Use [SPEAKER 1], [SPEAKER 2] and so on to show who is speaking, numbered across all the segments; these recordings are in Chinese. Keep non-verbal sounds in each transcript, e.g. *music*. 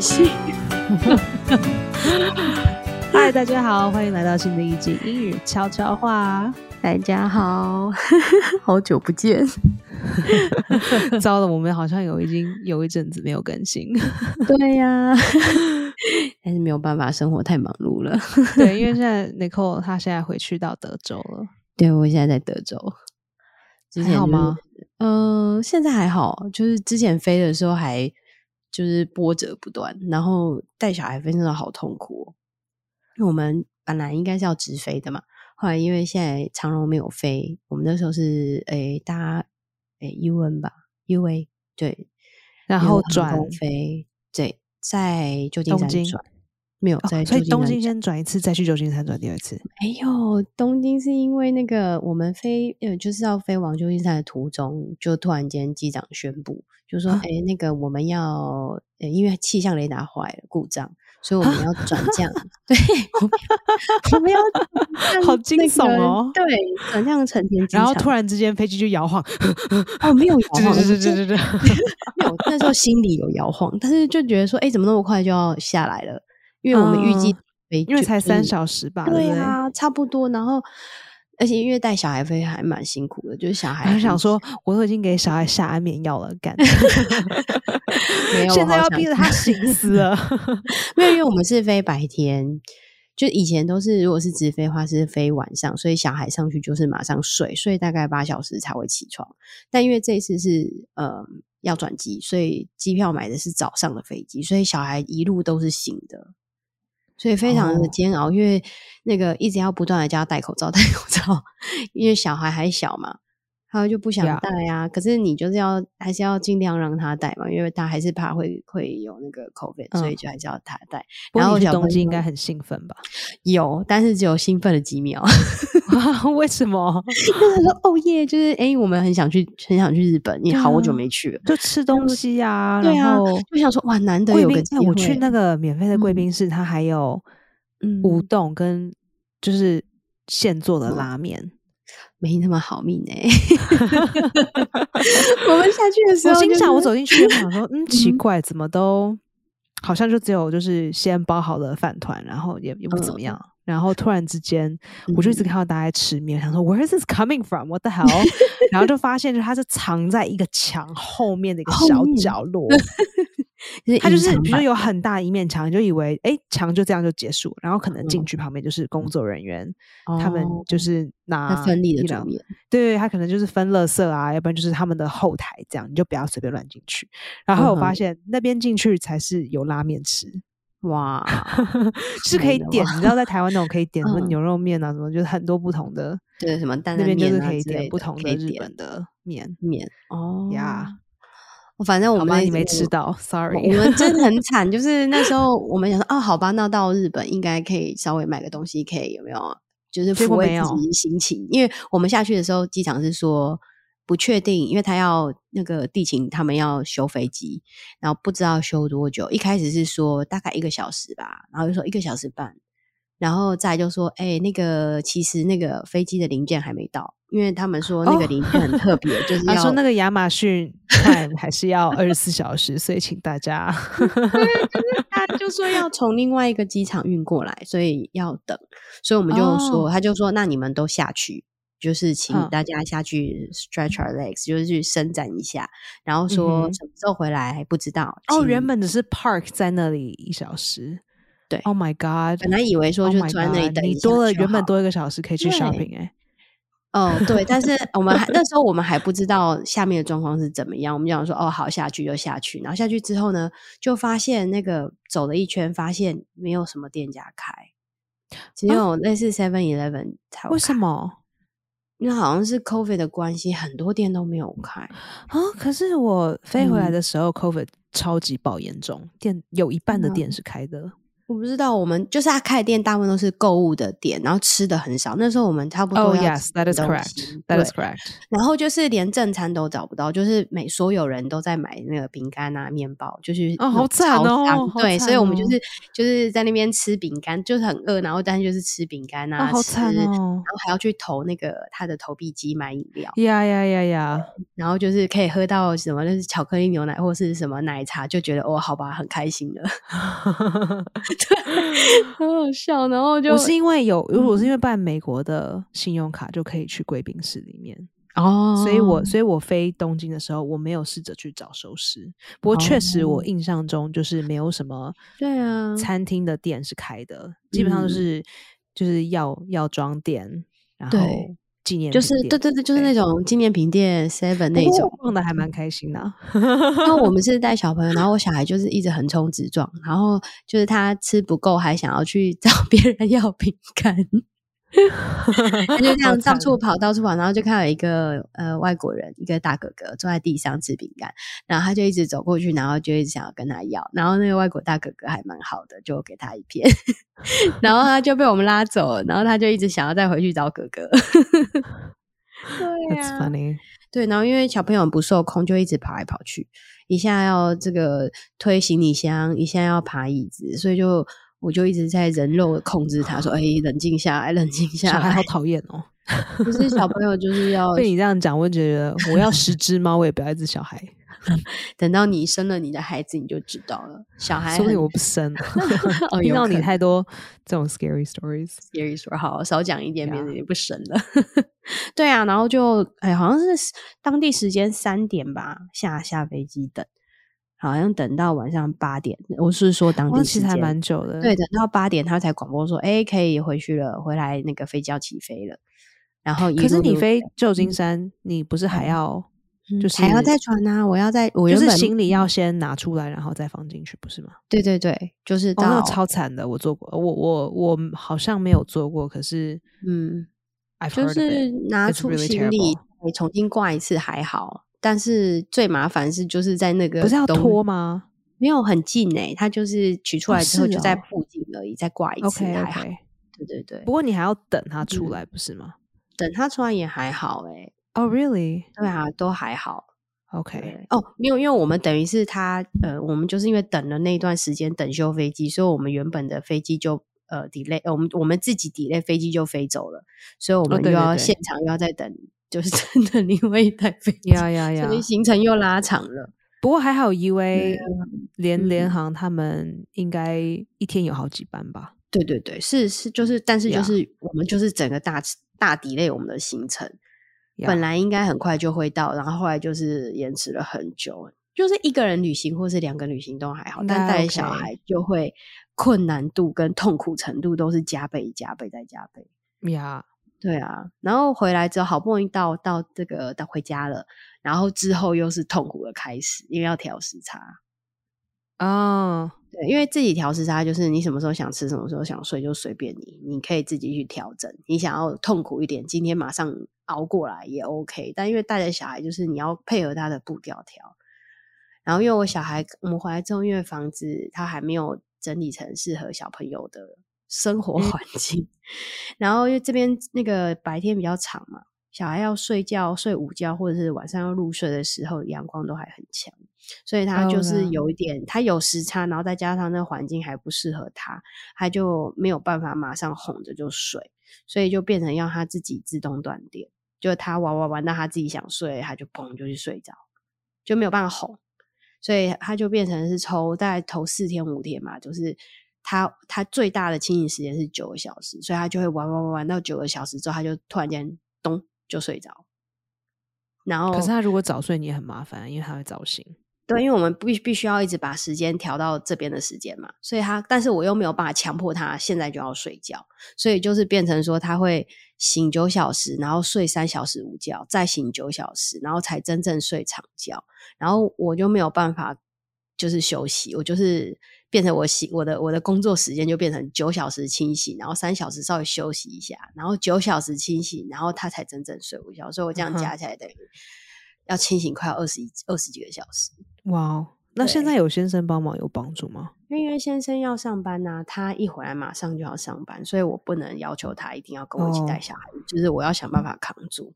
[SPEAKER 1] 系。
[SPEAKER 2] *laughs*
[SPEAKER 1] 嗨，大家好，欢迎来到新的一集英语悄悄话。 *laughs*
[SPEAKER 2] 大家好， *laughs* 好久不见。
[SPEAKER 1] 糟了，我们好像有已经有一阵子没有更 *laughs* 新。
[SPEAKER 2] 对呀、 *laughs* 但是没有办法，生活太忙碌了。
[SPEAKER 1] 对，因为现在 Nicole 她现在回去到德州了，
[SPEAKER 2] 对我现在在德州，之前
[SPEAKER 1] 还好吗？
[SPEAKER 2] 嗯、呃，现在还好，就是之前飞的时候还就是波折不断，然后带小孩飞真的好痛苦、哦。因为我们本来应该是要直飞的嘛，后来因为现在长荣没有飞，我们那时候是诶搭诶 UN 吧，UA 对，
[SPEAKER 1] 然
[SPEAKER 2] 有
[SPEAKER 1] 后
[SPEAKER 2] 航
[SPEAKER 1] 转哦
[SPEAKER 2] 空飞，对，在旧金
[SPEAKER 1] 东
[SPEAKER 2] 山
[SPEAKER 1] 京
[SPEAKER 2] 转，没有
[SPEAKER 1] 哦
[SPEAKER 2] 在、
[SPEAKER 1] 所以东京先转一次，再去旧金山转第二次。
[SPEAKER 2] 没有，哎东京是因为那个我们飞呃，就是要飞往旧金山的途中，就突然间机长宣布，就说
[SPEAKER 1] 啊
[SPEAKER 2] 哎、诶那个我们要、呃，因为气象雷达坏了故障，所以我们要转
[SPEAKER 1] 啊
[SPEAKER 2] 降，对，我们要我们要转
[SPEAKER 1] *laughs* 好
[SPEAKER 2] 降
[SPEAKER 1] 惊
[SPEAKER 2] 那
[SPEAKER 1] 悚
[SPEAKER 2] 个
[SPEAKER 1] 哦
[SPEAKER 2] 对，转向成田机
[SPEAKER 1] 然后
[SPEAKER 2] 场
[SPEAKER 1] 突然之间飞机就摇 *laughs* 晃，
[SPEAKER 2] 哦没有摇
[SPEAKER 1] *laughs* 对
[SPEAKER 2] 晃，
[SPEAKER 1] 对对
[SPEAKER 2] 我真
[SPEAKER 1] 对对对，
[SPEAKER 2] 没有，那时候心里有摇晃，但是就觉得说哎、诶怎么那么快就要下来了？因为我们预计
[SPEAKER 1] 嗯
[SPEAKER 2] 飞
[SPEAKER 1] *laughs* 因为
[SPEAKER 2] 就
[SPEAKER 1] 才
[SPEAKER 2] 就
[SPEAKER 1] 三
[SPEAKER 2] 是
[SPEAKER 1] 小时吧，
[SPEAKER 2] 对
[SPEAKER 1] 不对？
[SPEAKER 2] 啊，差不多。然后，而且因为带小孩飞还蛮辛苦的，就是小孩
[SPEAKER 1] 然后
[SPEAKER 2] 很
[SPEAKER 1] 想说，我都已经给小孩下安眠药了， *laughs* 干，
[SPEAKER 2] 没有
[SPEAKER 1] *laughs* 现
[SPEAKER 2] 我
[SPEAKER 1] 在
[SPEAKER 2] 好
[SPEAKER 1] 要
[SPEAKER 2] 想
[SPEAKER 1] 逼着他醒死 *laughs* 了。
[SPEAKER 2] 没有，因为我们是飞白天，就以前都是如果是直飞的话是飞晚上，所以小孩上去就是马上睡，睡大概八小时才会起床。但因为这一次是呃要转机，所以机票买的是早上的飞机，所以小孩一路都是醒的。所以非常的
[SPEAKER 1] 哦
[SPEAKER 2] 煎熬，因为那个一直要不断的叫他戴口罩，戴 *laughs* 口罩，因为小孩还小嘛，他就不想
[SPEAKER 1] Yeah
[SPEAKER 2] 戴啊。可是你就是要还是要尽量让他戴嘛，因为他还是怕会会有那个 COVID，、所以
[SPEAKER 1] 嗯
[SPEAKER 2] 就还是要他戴。
[SPEAKER 1] 不过
[SPEAKER 2] 然
[SPEAKER 1] 你
[SPEAKER 2] 后
[SPEAKER 1] 去
[SPEAKER 2] 小
[SPEAKER 1] 东
[SPEAKER 2] 朋
[SPEAKER 1] 京应
[SPEAKER 2] 友
[SPEAKER 1] 该很兴奋吧？ *laughs*
[SPEAKER 2] 有，但是只有兴奋了几秒。 *laughs*
[SPEAKER 1] 为什么？
[SPEAKER 2] 就是说哦耶，就是哎、诶我们很想去，很想去日本，也
[SPEAKER 1] 对
[SPEAKER 2] 好久
[SPEAKER 1] 啊
[SPEAKER 2] 没去了。
[SPEAKER 1] 就吃东西呀、 *laughs* 啊，
[SPEAKER 2] 对
[SPEAKER 1] 然
[SPEAKER 2] 啊
[SPEAKER 1] 后，
[SPEAKER 2] 就想说哇，难得
[SPEAKER 1] 贵
[SPEAKER 2] 有个
[SPEAKER 1] 宾，
[SPEAKER 2] 机
[SPEAKER 1] 哎，
[SPEAKER 2] 会。
[SPEAKER 1] 我去那个免费的贵
[SPEAKER 2] 嗯
[SPEAKER 1] 宾室，它还有
[SPEAKER 2] 嗯，哦
[SPEAKER 1] 舞动跟就是现做的拉面。
[SPEAKER 2] 没那么好命
[SPEAKER 1] *laughs*
[SPEAKER 2] 哎、我们下去的时
[SPEAKER 1] 我
[SPEAKER 2] 候、
[SPEAKER 1] 心
[SPEAKER 2] 就
[SPEAKER 1] 想，我
[SPEAKER 2] 是
[SPEAKER 1] 走进去原本想
[SPEAKER 2] *laughs*
[SPEAKER 1] 说，嗯，奇怪，怎么都好像就只有就是先包好的饭团，然后也也不
[SPEAKER 2] 嗯
[SPEAKER 1] 怎么样。然后突然之间，我就一直看到大家在吃面，想说 Where is this coming from? What the hell？然 *laughs* 后就发现，就它是藏在一个墙后面的一个
[SPEAKER 2] 后
[SPEAKER 1] 小
[SPEAKER 2] 面
[SPEAKER 1] 角落。它
[SPEAKER 2] 它
[SPEAKER 1] 就
[SPEAKER 2] 就是是比
[SPEAKER 1] 比
[SPEAKER 2] 如
[SPEAKER 1] 如说
[SPEAKER 2] 有
[SPEAKER 1] 有很大一面墙，你就以为哎墙就这样就结束，然后可能进
[SPEAKER 2] 嗯
[SPEAKER 1] 去旁边就是工作人员，
[SPEAKER 2] 他
[SPEAKER 1] 他们
[SPEAKER 2] 们
[SPEAKER 1] 就
[SPEAKER 2] 就是
[SPEAKER 1] 是拿一两
[SPEAKER 2] 面，
[SPEAKER 1] 对，他可能就是分垃圾啊，要不然就是他们的后台这样，你就不要随便乱进去。然后我
[SPEAKER 2] 嗯
[SPEAKER 1] 发
[SPEAKER 2] 哼
[SPEAKER 1] 现、那边进去才是有拉面吃， *laughs*
[SPEAKER 2] 哇，
[SPEAKER 1] 是可以
[SPEAKER 2] 天哪
[SPEAKER 1] 点，你知道在台湾那种可以点什么
[SPEAKER 2] 嗯
[SPEAKER 1] 牛肉面啊，什么就是很多不同的，
[SPEAKER 2] 对，什么担
[SPEAKER 1] 那
[SPEAKER 2] 担
[SPEAKER 1] 边就
[SPEAKER 2] 面
[SPEAKER 1] 是
[SPEAKER 2] 啊
[SPEAKER 1] 可以
[SPEAKER 2] 之
[SPEAKER 1] 点
[SPEAKER 2] 类
[SPEAKER 1] 不
[SPEAKER 2] 的
[SPEAKER 1] 同
[SPEAKER 2] 可
[SPEAKER 1] 的
[SPEAKER 2] 以
[SPEAKER 1] 日
[SPEAKER 2] 点
[SPEAKER 1] 本的面。
[SPEAKER 2] 面哦
[SPEAKER 1] 呀。
[SPEAKER 2] 我反正我
[SPEAKER 1] 好吧，
[SPEAKER 2] 们
[SPEAKER 1] 你
[SPEAKER 2] 那
[SPEAKER 1] 没
[SPEAKER 2] 次
[SPEAKER 1] 吃到，sorry。 *laughs*
[SPEAKER 2] 我我们真的很惨，就是那时候我们想说，哦，好吧，那到日本应该可以稍微买个东西，可以有没有？就是
[SPEAKER 1] 结
[SPEAKER 2] 抚
[SPEAKER 1] 果
[SPEAKER 2] 慰
[SPEAKER 1] 没
[SPEAKER 2] 自
[SPEAKER 1] 有
[SPEAKER 2] 己的心情，因为我们下去的时候，机场是说不确定，因为他要那个地勤，他们要修飞机，然后不知道修多久。一开始是说大概一个小时吧，然后就说一个小时半，然后再来就说，哎、那个其实那个飞机的零件还没到，因为他们说那
[SPEAKER 1] 哦
[SPEAKER 2] 个零件很特
[SPEAKER 1] *laughs*
[SPEAKER 2] 别，就是
[SPEAKER 1] 他
[SPEAKER 2] 要
[SPEAKER 1] 说那个亚马逊
[SPEAKER 2] *laughs*
[SPEAKER 1] Prime 还是要二十四小时，所以请大家
[SPEAKER 2] 他就说
[SPEAKER 1] *laughs*
[SPEAKER 2] 要从另外一个机场运过来，所以要等，所以我们就说，
[SPEAKER 1] 哦
[SPEAKER 2] 他就说，那你们都下去，就是请
[SPEAKER 1] 嗯
[SPEAKER 2] 大家下去 stretch our legs，就是去伸展一下，然后
[SPEAKER 1] 嗯
[SPEAKER 2] 说
[SPEAKER 1] 哼
[SPEAKER 2] 什么时候回来不知道。
[SPEAKER 1] 哦，
[SPEAKER 2] 请
[SPEAKER 1] 原本只是 park 在那里一小时。
[SPEAKER 2] 对
[SPEAKER 1] ，Oh my God！
[SPEAKER 2] 本来以为说
[SPEAKER 1] Oh
[SPEAKER 2] 就
[SPEAKER 1] my
[SPEAKER 2] 坐在那里
[SPEAKER 1] God，
[SPEAKER 2] 等
[SPEAKER 1] 你
[SPEAKER 2] 一下
[SPEAKER 1] 多了
[SPEAKER 2] 就
[SPEAKER 1] 原本
[SPEAKER 2] 好
[SPEAKER 1] 多一个小时可以去
[SPEAKER 2] 对
[SPEAKER 1] shopping 哎、
[SPEAKER 2] 哦，对，但是我们还那时候我们还不知道下面的状况是怎么样，我们就想说哦，好下去就下去，然后下去之后呢，就发现那个走了一圈，发现没有什么店家开，只
[SPEAKER 1] 啊
[SPEAKER 2] 有类似 Seven Eleven 才有
[SPEAKER 1] 为什
[SPEAKER 2] 开
[SPEAKER 1] 么
[SPEAKER 2] 因为好像是 COVID 的关系，很多店都没有开。
[SPEAKER 1] 啊？可是我飞回来
[SPEAKER 2] 嗯
[SPEAKER 1] 的时候、c 哦 o v i d 超级爆严重，店有一半的
[SPEAKER 2] 嗯
[SPEAKER 1] 店是开的。
[SPEAKER 2] 我不知道，我们就是他开的店大部分都是购物的店，然后吃的很少。那时候我们差不多
[SPEAKER 1] Oh
[SPEAKER 2] 要
[SPEAKER 1] yes,
[SPEAKER 2] 吃
[SPEAKER 1] that is
[SPEAKER 2] 东
[SPEAKER 1] correct.
[SPEAKER 2] 西
[SPEAKER 1] That is
[SPEAKER 2] 对
[SPEAKER 1] correct.
[SPEAKER 2] 然后就是连正餐都找不到，就是每所有人都在买那个饼干啊、面包，就是
[SPEAKER 1] 哦
[SPEAKER 2] 那
[SPEAKER 1] 好
[SPEAKER 2] 种
[SPEAKER 1] 惨
[SPEAKER 2] 超
[SPEAKER 1] 哦
[SPEAKER 2] 商
[SPEAKER 1] 好
[SPEAKER 2] 对，所以我们就
[SPEAKER 1] 惨哦
[SPEAKER 2] 是就是在那边吃饼干，就是很饿，然后但是就是吃饼干
[SPEAKER 1] 啊，
[SPEAKER 2] 啊，
[SPEAKER 1] 好
[SPEAKER 2] 吃
[SPEAKER 1] 惨哦
[SPEAKER 2] 然后还要去投那个他的投币机买饮料，
[SPEAKER 1] 呀呀呀呀！
[SPEAKER 2] 然后就是可以喝到什么，就是巧克力牛奶或是什么奶茶，就觉得哦，好吧，很开心
[SPEAKER 1] *laughs*
[SPEAKER 2] 了，很好笑。然后就
[SPEAKER 1] 我是因为有，我是因为办美国的信用卡就可以去贵宾室里面，
[SPEAKER 2] 哦，
[SPEAKER 1] 所以我所以我飞东京的时候，我没有试着去找熟食。不过确实，
[SPEAKER 2] 哦
[SPEAKER 1] 我印象中就是没有什么
[SPEAKER 2] 对啊
[SPEAKER 1] 餐厅的店是开的，基本上
[SPEAKER 2] 嗯
[SPEAKER 1] 就是就是药药妆店，然
[SPEAKER 2] 对
[SPEAKER 1] 后纪念
[SPEAKER 2] 就是
[SPEAKER 1] 品
[SPEAKER 2] 对
[SPEAKER 1] 店
[SPEAKER 2] 对对，就是那种纪念品店 Seven 那
[SPEAKER 1] 不过
[SPEAKER 2] 种。
[SPEAKER 1] 我逛的还蛮开心的啊。
[SPEAKER 2] 因为我们是带小朋友，然后我小孩就是一直横冲直撞，然后就是他吃不够，还想要去 *laughs* 找别人要饼干，他就这样到处跑，到处跑，然后就看到一个呃外国人，一个大哥哥坐在地上吃饼干，然后他就一直走过去，然后就一直想要跟他要，然后那个外国大哥哥还蛮好的，就给他一片， *laughs* 然后他就被我们拉走了，然后他就一直想要再回去找哥 *laughs* 哥。对啊
[SPEAKER 1] That's
[SPEAKER 2] 呀、
[SPEAKER 1] funny。
[SPEAKER 2] 对，然后因为小朋友很不受控，就一直跑来跑去，一下要这个推行李箱，一下要爬椅子，所以就我就一直在人肉的控制他，说：“哎、冷静下来，冷静
[SPEAKER 1] 哦小
[SPEAKER 2] 下
[SPEAKER 1] 孩好
[SPEAKER 2] 来。
[SPEAKER 1] 讨厌哦。”
[SPEAKER 2] 可是小朋友就是
[SPEAKER 1] *laughs*
[SPEAKER 2] 要
[SPEAKER 1] 被你这样讲，我就
[SPEAKER 2] *laughs*
[SPEAKER 1] 觉得我要十只猫，我也不要一只小孩，
[SPEAKER 2] 等到你生了你的孩子，你就知道了。小孩
[SPEAKER 1] 说不
[SPEAKER 2] 很。
[SPEAKER 1] 定我不生了
[SPEAKER 2] *laughs* 哦
[SPEAKER 1] *laughs* 听
[SPEAKER 2] 有
[SPEAKER 1] 到
[SPEAKER 2] 可
[SPEAKER 1] 你
[SPEAKER 2] 能
[SPEAKER 1] 太多这种 scary stories，
[SPEAKER 2] Siri 说好，少讲一点，
[SPEAKER 1] 对啊
[SPEAKER 2] 免得你不省了。 *laughs* 对啊，然后就哎，好像是当地时间三点吧，下下飞机等，好像等到晚上八点。我是说当
[SPEAKER 1] 哇，
[SPEAKER 2] 地
[SPEAKER 1] 其
[SPEAKER 2] 时
[SPEAKER 1] 实还
[SPEAKER 2] 间，
[SPEAKER 1] 蛮久的。
[SPEAKER 2] 对，，等到八点他才广播说，哎，可以回去了，回来那个飞机要起飞了。然后一
[SPEAKER 1] 可是
[SPEAKER 2] 路
[SPEAKER 1] 你
[SPEAKER 2] 都这
[SPEAKER 1] 飞
[SPEAKER 2] 样
[SPEAKER 1] 旧金山，你不是还要
[SPEAKER 2] 嗯
[SPEAKER 1] 就是
[SPEAKER 2] 还要再传啊，我要再我
[SPEAKER 1] 就
[SPEAKER 2] 原
[SPEAKER 1] 是
[SPEAKER 2] 本
[SPEAKER 1] 行李要先拿出来，然后再放进去，不是吗？
[SPEAKER 2] 对对对，就是
[SPEAKER 1] 哦，那
[SPEAKER 2] 到、
[SPEAKER 1] 超惨的，我做过，我我我好像没有做过，可是
[SPEAKER 2] 嗯，
[SPEAKER 1] I've
[SPEAKER 2] 就
[SPEAKER 1] heard of
[SPEAKER 2] 是
[SPEAKER 1] it
[SPEAKER 2] 拿
[SPEAKER 1] It's
[SPEAKER 2] 出
[SPEAKER 1] really
[SPEAKER 2] 行李
[SPEAKER 1] terrible
[SPEAKER 2] 哎重新挂一次还好，但是最麻烦是就是在那个
[SPEAKER 1] 不是要
[SPEAKER 2] 东
[SPEAKER 1] 拖吗
[SPEAKER 2] 没有很近诶、它就是取出
[SPEAKER 1] 哦
[SPEAKER 2] 来之后
[SPEAKER 1] 是
[SPEAKER 2] 就在
[SPEAKER 1] 哦
[SPEAKER 2] 附近而已，再挂一次
[SPEAKER 1] ？OK
[SPEAKER 2] 还好。
[SPEAKER 1] OK，
[SPEAKER 2] 对对对
[SPEAKER 1] 不，过你还要等它
[SPEAKER 2] 嗯
[SPEAKER 1] 出来，不是吗？
[SPEAKER 2] 等它出来也还好诶、
[SPEAKER 1] 哦，Really？OK，
[SPEAKER 2] 对啊，都还好。对哦，没有，因为我们等于是他呃，我们就是因为等了那一段时间等修飞机，所以我们原本的飞机就呃 delay，呃我们我们自己 delay 飞机就飞走了，所以我们
[SPEAKER 1] 哦对
[SPEAKER 2] 又
[SPEAKER 1] 对
[SPEAKER 2] 要
[SPEAKER 1] 对
[SPEAKER 2] 现场又要再等，就是等等另外一台飞机，
[SPEAKER 1] 呀呀呀！
[SPEAKER 2] 所以行程又拉长了。
[SPEAKER 1] 不过还好
[SPEAKER 2] 对
[SPEAKER 1] ，UA
[SPEAKER 2] 啊
[SPEAKER 1] 联联
[SPEAKER 2] 嗯
[SPEAKER 1] 航他们应该一天有好几班吧？
[SPEAKER 2] 对对对，是是，就是，但是就
[SPEAKER 1] Yeah
[SPEAKER 2] 是我们就是整个大大 delay 我们的行程，本
[SPEAKER 1] Yeah
[SPEAKER 2] 来应该很快就会到，然后后来就是延迟了很久。就是一个人旅行或是两个旅行都还好，
[SPEAKER 1] 应
[SPEAKER 2] 但
[SPEAKER 1] 该
[SPEAKER 2] 带小
[SPEAKER 1] OK
[SPEAKER 2] 孩就会困难度跟痛苦程度都是加倍、加倍再加倍。
[SPEAKER 1] 呀，
[SPEAKER 2] 对啊，然后回来之后好不容易到到这个到回家了，然后之后又是痛苦的开始，因为要调时差。
[SPEAKER 1] 啊，
[SPEAKER 2] 对，因为自己调时差就是你什么时候想吃，什么时候想睡就随便你，你可以自己去调整。你想要痛苦一点，今天马上熬过来也 OK。但因为带着小孩，就是你要配合他的步调调。然后因为我小孩，我们回来之后，因为房子他还没有整理成适合小朋友的生活
[SPEAKER 1] 嗯
[SPEAKER 2] 环境，然后因为这边那个白天比较长嘛，小孩要睡觉、睡午觉，或者是晚上要入睡的时候，阳光都还很强，所以他
[SPEAKER 1] 哦
[SPEAKER 2] 就
[SPEAKER 1] 了
[SPEAKER 2] 是有一点，他有时差，然后再加上那个环境还不适合他，他就没有办法马上哄着就睡，所以就变成要他自己自动断电，就他玩玩玩到他自己想睡，他就
[SPEAKER 1] 嗯
[SPEAKER 2] 砰就去睡着，就没有办法哄，所以他就变成是抽大概头四天五天嘛，就是他他最大的清醒时间是九个小时，所以他就会玩玩玩玩到九个小时之后，他就突然间咚就睡着。然后
[SPEAKER 1] 可是他如果早睡，你也很麻烦，啊因为他会早醒。
[SPEAKER 2] 对，因为我们必必须要一直把时间调到这边的时间嘛，所以他，但是我又没有办法强迫他现在就要睡觉，所以就是变成说他会醒九小时，然后睡三小时午觉，再醒九小时，然后才真正睡长觉，然后我就没有办法就是休息，我就是变成我醒我的我的工作时间就变成九小时清醒，然后三小时稍微休息一下，然后九小时清醒，然后他才真正睡午觉，所以我这样
[SPEAKER 1] 嗯哼
[SPEAKER 2] 加起来等于要清醒快要二十一二十几个小时。
[SPEAKER 1] 哇哦，那现
[SPEAKER 2] 对
[SPEAKER 1] 在有先生帮忙有帮助吗？
[SPEAKER 2] 因为先生要上班呐、他一回来马上就要上班，所以我不能要求他一定要跟我一起带
[SPEAKER 1] 哦
[SPEAKER 2] 小孩，就是我要想办法扛住。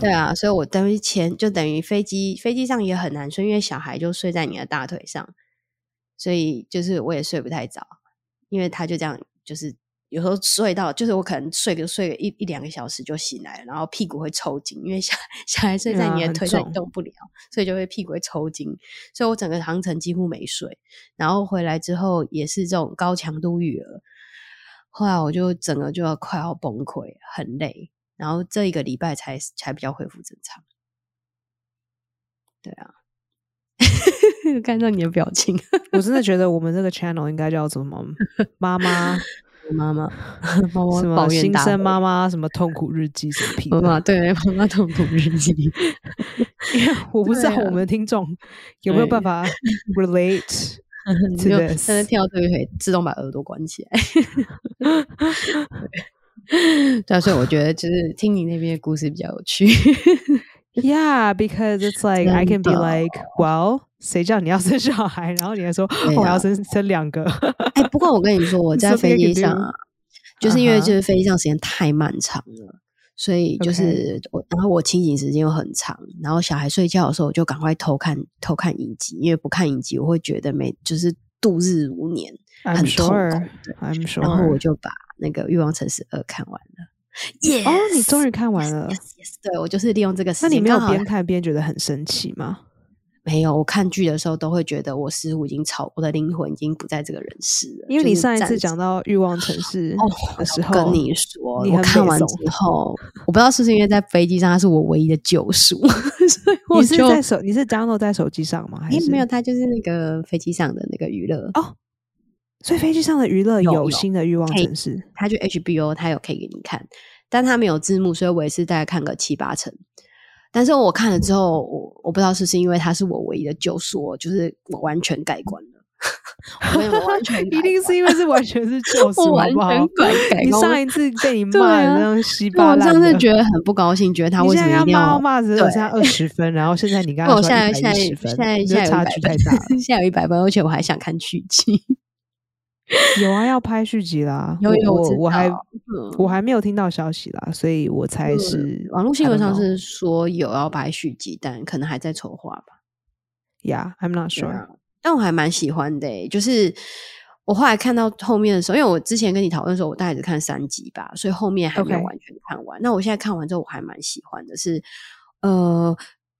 [SPEAKER 2] 对啊，所以我等于前就等于飞机飞机上也很难睡，因为小孩就睡在你的大腿上，所以就是我也睡不太着，因为他就这样，就是有时候睡到就是我可能睡个睡个一一两个小时就醒来了，然后屁股会抽筋，因为小小孩睡在
[SPEAKER 1] 啊
[SPEAKER 2] 你的
[SPEAKER 1] 很
[SPEAKER 2] 腿上
[SPEAKER 1] 重
[SPEAKER 2] 你动不了，所以就会屁股会抽筋，所以我整个航程几乎没睡，然后回来之后也是这种高强度育儿，后来我就整个就要快要崩溃，很累，然后这一个礼拜才才比较恢复正常。对啊， *laughs* 看到你的表情，
[SPEAKER 1] 我真的觉得我们这个 channel 应该叫做什 *laughs* 么妈妈
[SPEAKER 2] 妈妈， *laughs* 妈妈
[SPEAKER 1] 什么
[SPEAKER 2] 抱怨
[SPEAKER 1] 新
[SPEAKER 2] 大
[SPEAKER 1] 生
[SPEAKER 2] 会
[SPEAKER 1] 妈妈什么痛苦日记什么屁
[SPEAKER 2] 妈
[SPEAKER 1] 的，
[SPEAKER 2] *laughs* 妈对妈妈痛苦日记， *laughs*
[SPEAKER 1] 我不知道
[SPEAKER 2] 对啊
[SPEAKER 1] 我们的听众有没有
[SPEAKER 2] 对
[SPEAKER 1] 办法 *laughs* relate
[SPEAKER 2] 你
[SPEAKER 1] to
[SPEAKER 2] 就但是
[SPEAKER 1] this。
[SPEAKER 2] 跳这个可以自动把耳朵关起来。 *laughs* 对对啊，所以我觉得就是听你那边的故事比较有趣。
[SPEAKER 1] Yeah, because it's like I can be
[SPEAKER 2] 真的
[SPEAKER 1] like, well，谁叫你要生小孩？然后你还说、
[SPEAKER 2] 对
[SPEAKER 1] 我要
[SPEAKER 2] 啊
[SPEAKER 1] 生生两
[SPEAKER 2] *laughs*
[SPEAKER 1] 个，
[SPEAKER 2] 哎、不过我跟你说，我在
[SPEAKER 1] Something
[SPEAKER 2] 飞
[SPEAKER 1] I can
[SPEAKER 2] 机上
[SPEAKER 1] do.
[SPEAKER 2] 啊，就是因为
[SPEAKER 1] 嗯
[SPEAKER 2] 就是飞机上时间太漫长了，所以就
[SPEAKER 1] OK
[SPEAKER 2] 是我，然后我清醒时间又很长，然后小孩睡觉的时候，我就赶快偷看偷看影集，因为不看影集我会觉得没就是度日如年，
[SPEAKER 1] I'm
[SPEAKER 2] 很痛苦
[SPEAKER 1] sure,
[SPEAKER 2] 对
[SPEAKER 1] I'm sure。
[SPEAKER 2] 然后我就把那个《欲望城市二》看完了。耶！
[SPEAKER 1] 哦，你终于看完
[SPEAKER 2] Yes,
[SPEAKER 1] 了
[SPEAKER 2] yes,。yes. 对我就是利用这个时
[SPEAKER 1] 那
[SPEAKER 2] 间，
[SPEAKER 1] 你没有
[SPEAKER 2] 刚好
[SPEAKER 1] 边看边觉得很生气吗？
[SPEAKER 2] 没有？我看剧的时候都会觉得我似乎已经超，我的灵魂已经不在这个人世了。
[SPEAKER 1] 因为
[SPEAKER 2] 就
[SPEAKER 1] 你
[SPEAKER 2] 是
[SPEAKER 1] 上一
[SPEAKER 2] 暂
[SPEAKER 1] 次
[SPEAKER 2] 时
[SPEAKER 1] 讲到欲望城市
[SPEAKER 2] 哦
[SPEAKER 1] 的时候，
[SPEAKER 2] 跟你说，
[SPEAKER 1] 你
[SPEAKER 2] 我
[SPEAKER 1] 很
[SPEAKER 2] 看
[SPEAKER 1] 北
[SPEAKER 2] 完
[SPEAKER 1] 宋
[SPEAKER 2] 之后，我不知道是不是因为在飞机上，它是我唯一的救赎，所以我
[SPEAKER 1] 你是
[SPEAKER 2] 就
[SPEAKER 1] 在手你是 download 在手机上吗？还
[SPEAKER 2] 诶
[SPEAKER 1] 是
[SPEAKER 2] 没有，它就是那个飞机上的那个娱乐，
[SPEAKER 1] 哦，所以飞机上的娱乐
[SPEAKER 2] 有
[SPEAKER 1] 有
[SPEAKER 2] 有
[SPEAKER 1] 新的欲望
[SPEAKER 2] 可以
[SPEAKER 1] 城市。
[SPEAKER 2] 它就 HBO，它有可以给你看，但它没有字幕，所以我也是大概看个七八成。但是我看了之后，我我不知道是不是因为它是我唯一的救赎哦，就是我完全改观了，我跟你们完全改
[SPEAKER 1] 一定
[SPEAKER 2] 观
[SPEAKER 1] 是因为是完全是救赎，
[SPEAKER 2] 我
[SPEAKER 1] 好
[SPEAKER 2] 完
[SPEAKER 1] 不好
[SPEAKER 2] 全？改改
[SPEAKER 1] 你
[SPEAKER 2] 观。
[SPEAKER 1] 上一次被你
[SPEAKER 2] 对
[SPEAKER 1] 骂的
[SPEAKER 2] 啊
[SPEAKER 1] 那样稀
[SPEAKER 2] 那
[SPEAKER 1] 巴
[SPEAKER 2] 我
[SPEAKER 1] 烂
[SPEAKER 2] 上
[SPEAKER 1] 的，
[SPEAKER 2] 次觉得很不高兴，觉得他
[SPEAKER 1] 你
[SPEAKER 2] 为
[SPEAKER 1] 现
[SPEAKER 2] 什
[SPEAKER 1] 在
[SPEAKER 2] 么
[SPEAKER 1] 要
[SPEAKER 2] 一定要
[SPEAKER 1] 骂骂只
[SPEAKER 2] 对
[SPEAKER 1] 剩下二十分，然后现在你刚
[SPEAKER 2] 那
[SPEAKER 1] 刚
[SPEAKER 2] 我
[SPEAKER 1] 说
[SPEAKER 2] 现在现在
[SPEAKER 1] 110
[SPEAKER 2] 现
[SPEAKER 1] 分，
[SPEAKER 2] 在
[SPEAKER 1] 你
[SPEAKER 2] 现在
[SPEAKER 1] 的
[SPEAKER 2] 有
[SPEAKER 1] 差
[SPEAKER 2] 100
[SPEAKER 1] 距太
[SPEAKER 2] 分
[SPEAKER 1] 大了。
[SPEAKER 2] 现在有一百分，而且我还想看续集。
[SPEAKER 1] 有啊，要拍续集啦，
[SPEAKER 2] 有
[SPEAKER 1] 我
[SPEAKER 2] 有我
[SPEAKER 1] 我
[SPEAKER 2] 知
[SPEAKER 1] 我还
[SPEAKER 2] 道嗯
[SPEAKER 1] 我还没有听到消息啦，所以我猜
[SPEAKER 2] 嗯
[SPEAKER 1] 是
[SPEAKER 2] 网络新闻上
[SPEAKER 1] I don't know
[SPEAKER 2] 是说有要拍续集，但可能还在筹划吧。
[SPEAKER 1] Yeah, I'm not
[SPEAKER 2] 对
[SPEAKER 1] sure.
[SPEAKER 2] 啊但我还蛮喜欢的、欸，就是我后来看到后面的时候，因为我之前跟你讨论的时候，我大概只看三集吧，所以后面还没有
[SPEAKER 1] OK
[SPEAKER 2] 完全看完。那我现在看完之后，我还蛮喜欢的是，呃。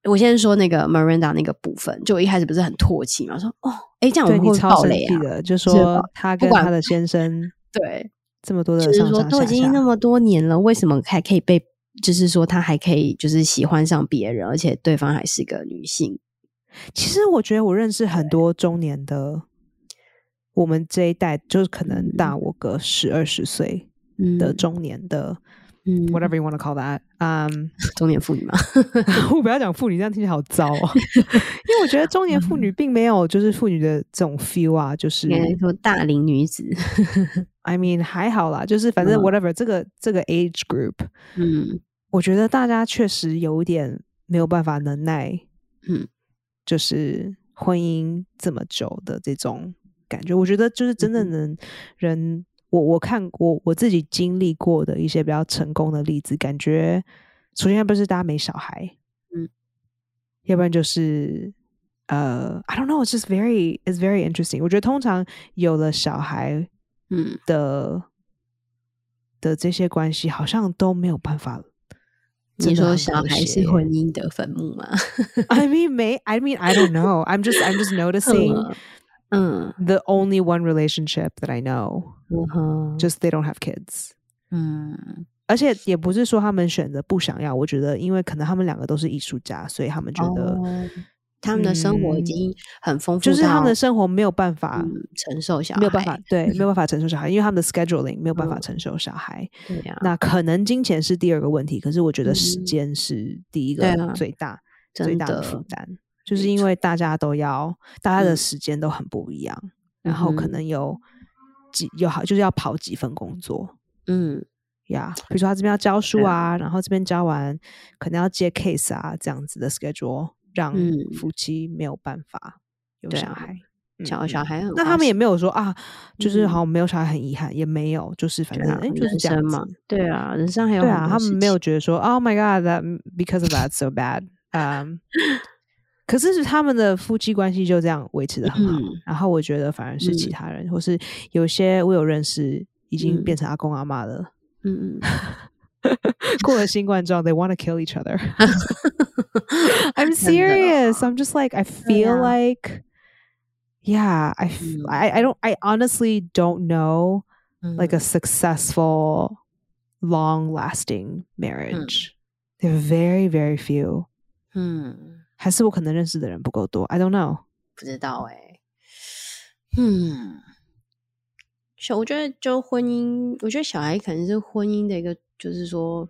[SPEAKER 2] 我先说那个 Miranda 那个部分，就我一开始不是很唾弃嘛，说哦，哎、这样我
[SPEAKER 1] 对
[SPEAKER 2] 们会
[SPEAKER 1] 你
[SPEAKER 2] 不会
[SPEAKER 1] 超
[SPEAKER 2] 爆
[SPEAKER 1] 生
[SPEAKER 2] 雷
[SPEAKER 1] 气
[SPEAKER 2] 啊？
[SPEAKER 1] 的，就是说
[SPEAKER 2] 吧
[SPEAKER 1] 她
[SPEAKER 2] 不
[SPEAKER 1] 跟
[SPEAKER 2] 管
[SPEAKER 1] 她的先生
[SPEAKER 2] 对，
[SPEAKER 1] 这么多的
[SPEAKER 2] 就是
[SPEAKER 1] 上
[SPEAKER 2] 说
[SPEAKER 1] 上
[SPEAKER 2] 都
[SPEAKER 1] 下
[SPEAKER 2] 已经那
[SPEAKER 1] 下，
[SPEAKER 2] 么多年了，为什么还可以被？就是说他还可以就是喜欢上别人，而且对方还是个女性。
[SPEAKER 1] 其实我觉得我认识很多中年的，我们这一代就是可能
[SPEAKER 2] 嗯
[SPEAKER 1] 大我个十二十岁
[SPEAKER 2] 嗯
[SPEAKER 1] 的中年的、
[SPEAKER 2] 嗯
[SPEAKER 1] whatever you want to call that，嗯、
[SPEAKER 2] *laughs* 中年妇女嘛，
[SPEAKER 1] 我不要讲妇女，这样听起来好糟
[SPEAKER 2] *laughs*
[SPEAKER 1] 哦。因为我觉得中年妇
[SPEAKER 2] 嗯
[SPEAKER 1] 女并没有就是妇女的这种 feel 啊，就
[SPEAKER 2] *laughs*
[SPEAKER 1] 是
[SPEAKER 2] 应该说大龄女子。 *laughs*
[SPEAKER 1] I mean 还好啦，就是反正
[SPEAKER 2] 嗯
[SPEAKER 1] whatever 这个这个 age group，
[SPEAKER 2] 嗯
[SPEAKER 1] 我觉得大家确实有一点没有办法能耐，
[SPEAKER 2] 嗯，
[SPEAKER 1] 就是婚姻这么久的这种感觉。我觉得就是真正
[SPEAKER 2] 嗯哼
[SPEAKER 1] 能人，我我看过我自己经历过的一些比较成功的例子，感觉首先不是大家没小孩，
[SPEAKER 2] 嗯，
[SPEAKER 1] 要不然就是。呃、i don't know. It's just very, it's very interesting. 我觉得通常有了小孩
[SPEAKER 2] 嗯，
[SPEAKER 1] 的的这些关系，好像都没有办法。
[SPEAKER 2] 你说小
[SPEAKER 1] 小
[SPEAKER 2] 孩是婚姻的坟墓吗？ *laughs*
[SPEAKER 1] I mean, may I mean I don't know. I'm just I'm just noticing
[SPEAKER 2] 嗯
[SPEAKER 1] the only one relationship that I know,
[SPEAKER 2] 嗯哼，
[SPEAKER 1] just they don't have kids.
[SPEAKER 2] 嗯
[SPEAKER 1] 而且也不是说他们选择不想要，我觉得因为可能他们两个都是艺术家，所以他们觉得
[SPEAKER 2] 哦他们的生活已
[SPEAKER 1] 嗯
[SPEAKER 2] 经很丰富到，
[SPEAKER 1] 就是他们的生活没有办法
[SPEAKER 2] 嗯承受小孩
[SPEAKER 1] 没有办法对 *laughs* 没有办法承受小孩，因为他们的 scheduling 没有办法承受小孩。
[SPEAKER 2] 对呀、
[SPEAKER 1] 那可能金钱是第二个问题，可是我觉得时
[SPEAKER 2] 啊嗯
[SPEAKER 1] 间是第一
[SPEAKER 2] 对
[SPEAKER 1] 个
[SPEAKER 2] 啊
[SPEAKER 1] 最大、最
[SPEAKER 2] 真
[SPEAKER 1] 大的
[SPEAKER 2] 的
[SPEAKER 1] 负担，就是
[SPEAKER 2] 没
[SPEAKER 1] 因
[SPEAKER 2] 错
[SPEAKER 1] 为大家都要，大家的
[SPEAKER 2] 嗯
[SPEAKER 1] 时间都很不一样，然后
[SPEAKER 2] 嗯
[SPEAKER 1] 可
[SPEAKER 2] 哼
[SPEAKER 1] 能有几有好就是要跑几份工作
[SPEAKER 2] 嗯
[SPEAKER 1] 呀比如说他这边要教书
[SPEAKER 2] 对
[SPEAKER 1] 啊，然后这边教完可能要接 case 啊，这样子的 schedule，让
[SPEAKER 2] 嗯
[SPEAKER 1] 夫妻没有办法有
[SPEAKER 2] 对
[SPEAKER 1] 小
[SPEAKER 2] 啊
[SPEAKER 1] 孩。
[SPEAKER 2] 小
[SPEAKER 1] 嗯
[SPEAKER 2] 小孩很
[SPEAKER 1] 那他们也
[SPEAKER 2] 花
[SPEAKER 1] 没有说啊，就是
[SPEAKER 2] 嗯
[SPEAKER 1] 好像没有小孩很遗憾，也没有，就是反
[SPEAKER 2] 心对啊
[SPEAKER 1] 正哎、就是
[SPEAKER 2] 人
[SPEAKER 1] 这样
[SPEAKER 2] 生
[SPEAKER 1] 子
[SPEAKER 2] 嘛。，对啊，人生还有
[SPEAKER 1] 对啊，
[SPEAKER 2] 很多
[SPEAKER 1] 他
[SPEAKER 2] 事
[SPEAKER 1] 们没有
[SPEAKER 2] 情
[SPEAKER 1] 觉得说 “Oh my God, that because of that so bad”。嗯，
[SPEAKER 2] *laughs*
[SPEAKER 1] 可是是他们的夫妻关系就这样维持的很好。
[SPEAKER 2] 嗯
[SPEAKER 1] 然后我觉得反而是其
[SPEAKER 2] 嗯
[SPEAKER 1] 他人，或是有些我有认识已经
[SPEAKER 2] 嗯
[SPEAKER 1] 变成阿公阿妈的，
[SPEAKER 2] 嗯嗯，
[SPEAKER 1] 过了新冠之后，they want to kill
[SPEAKER 2] *laughs*
[SPEAKER 1] each other 。
[SPEAKER 2] 真的 Oh,
[SPEAKER 1] I'm serious. I'm just like I
[SPEAKER 2] 对
[SPEAKER 1] feel
[SPEAKER 2] 啊
[SPEAKER 1] like, yeah, I, f-
[SPEAKER 2] 嗯
[SPEAKER 1] I I don't I honestly don't know
[SPEAKER 2] 嗯
[SPEAKER 1] like a successful, long lasting marriage.
[SPEAKER 2] Mm.
[SPEAKER 1] There are very, very few.
[SPEAKER 2] 嗯，
[SPEAKER 1] 还是我可能认识的人不够多，I don't know。
[SPEAKER 2] 不知道哎、嗯，小我觉得就婚姻，我觉得小孩可能是婚姻的一个，就是说，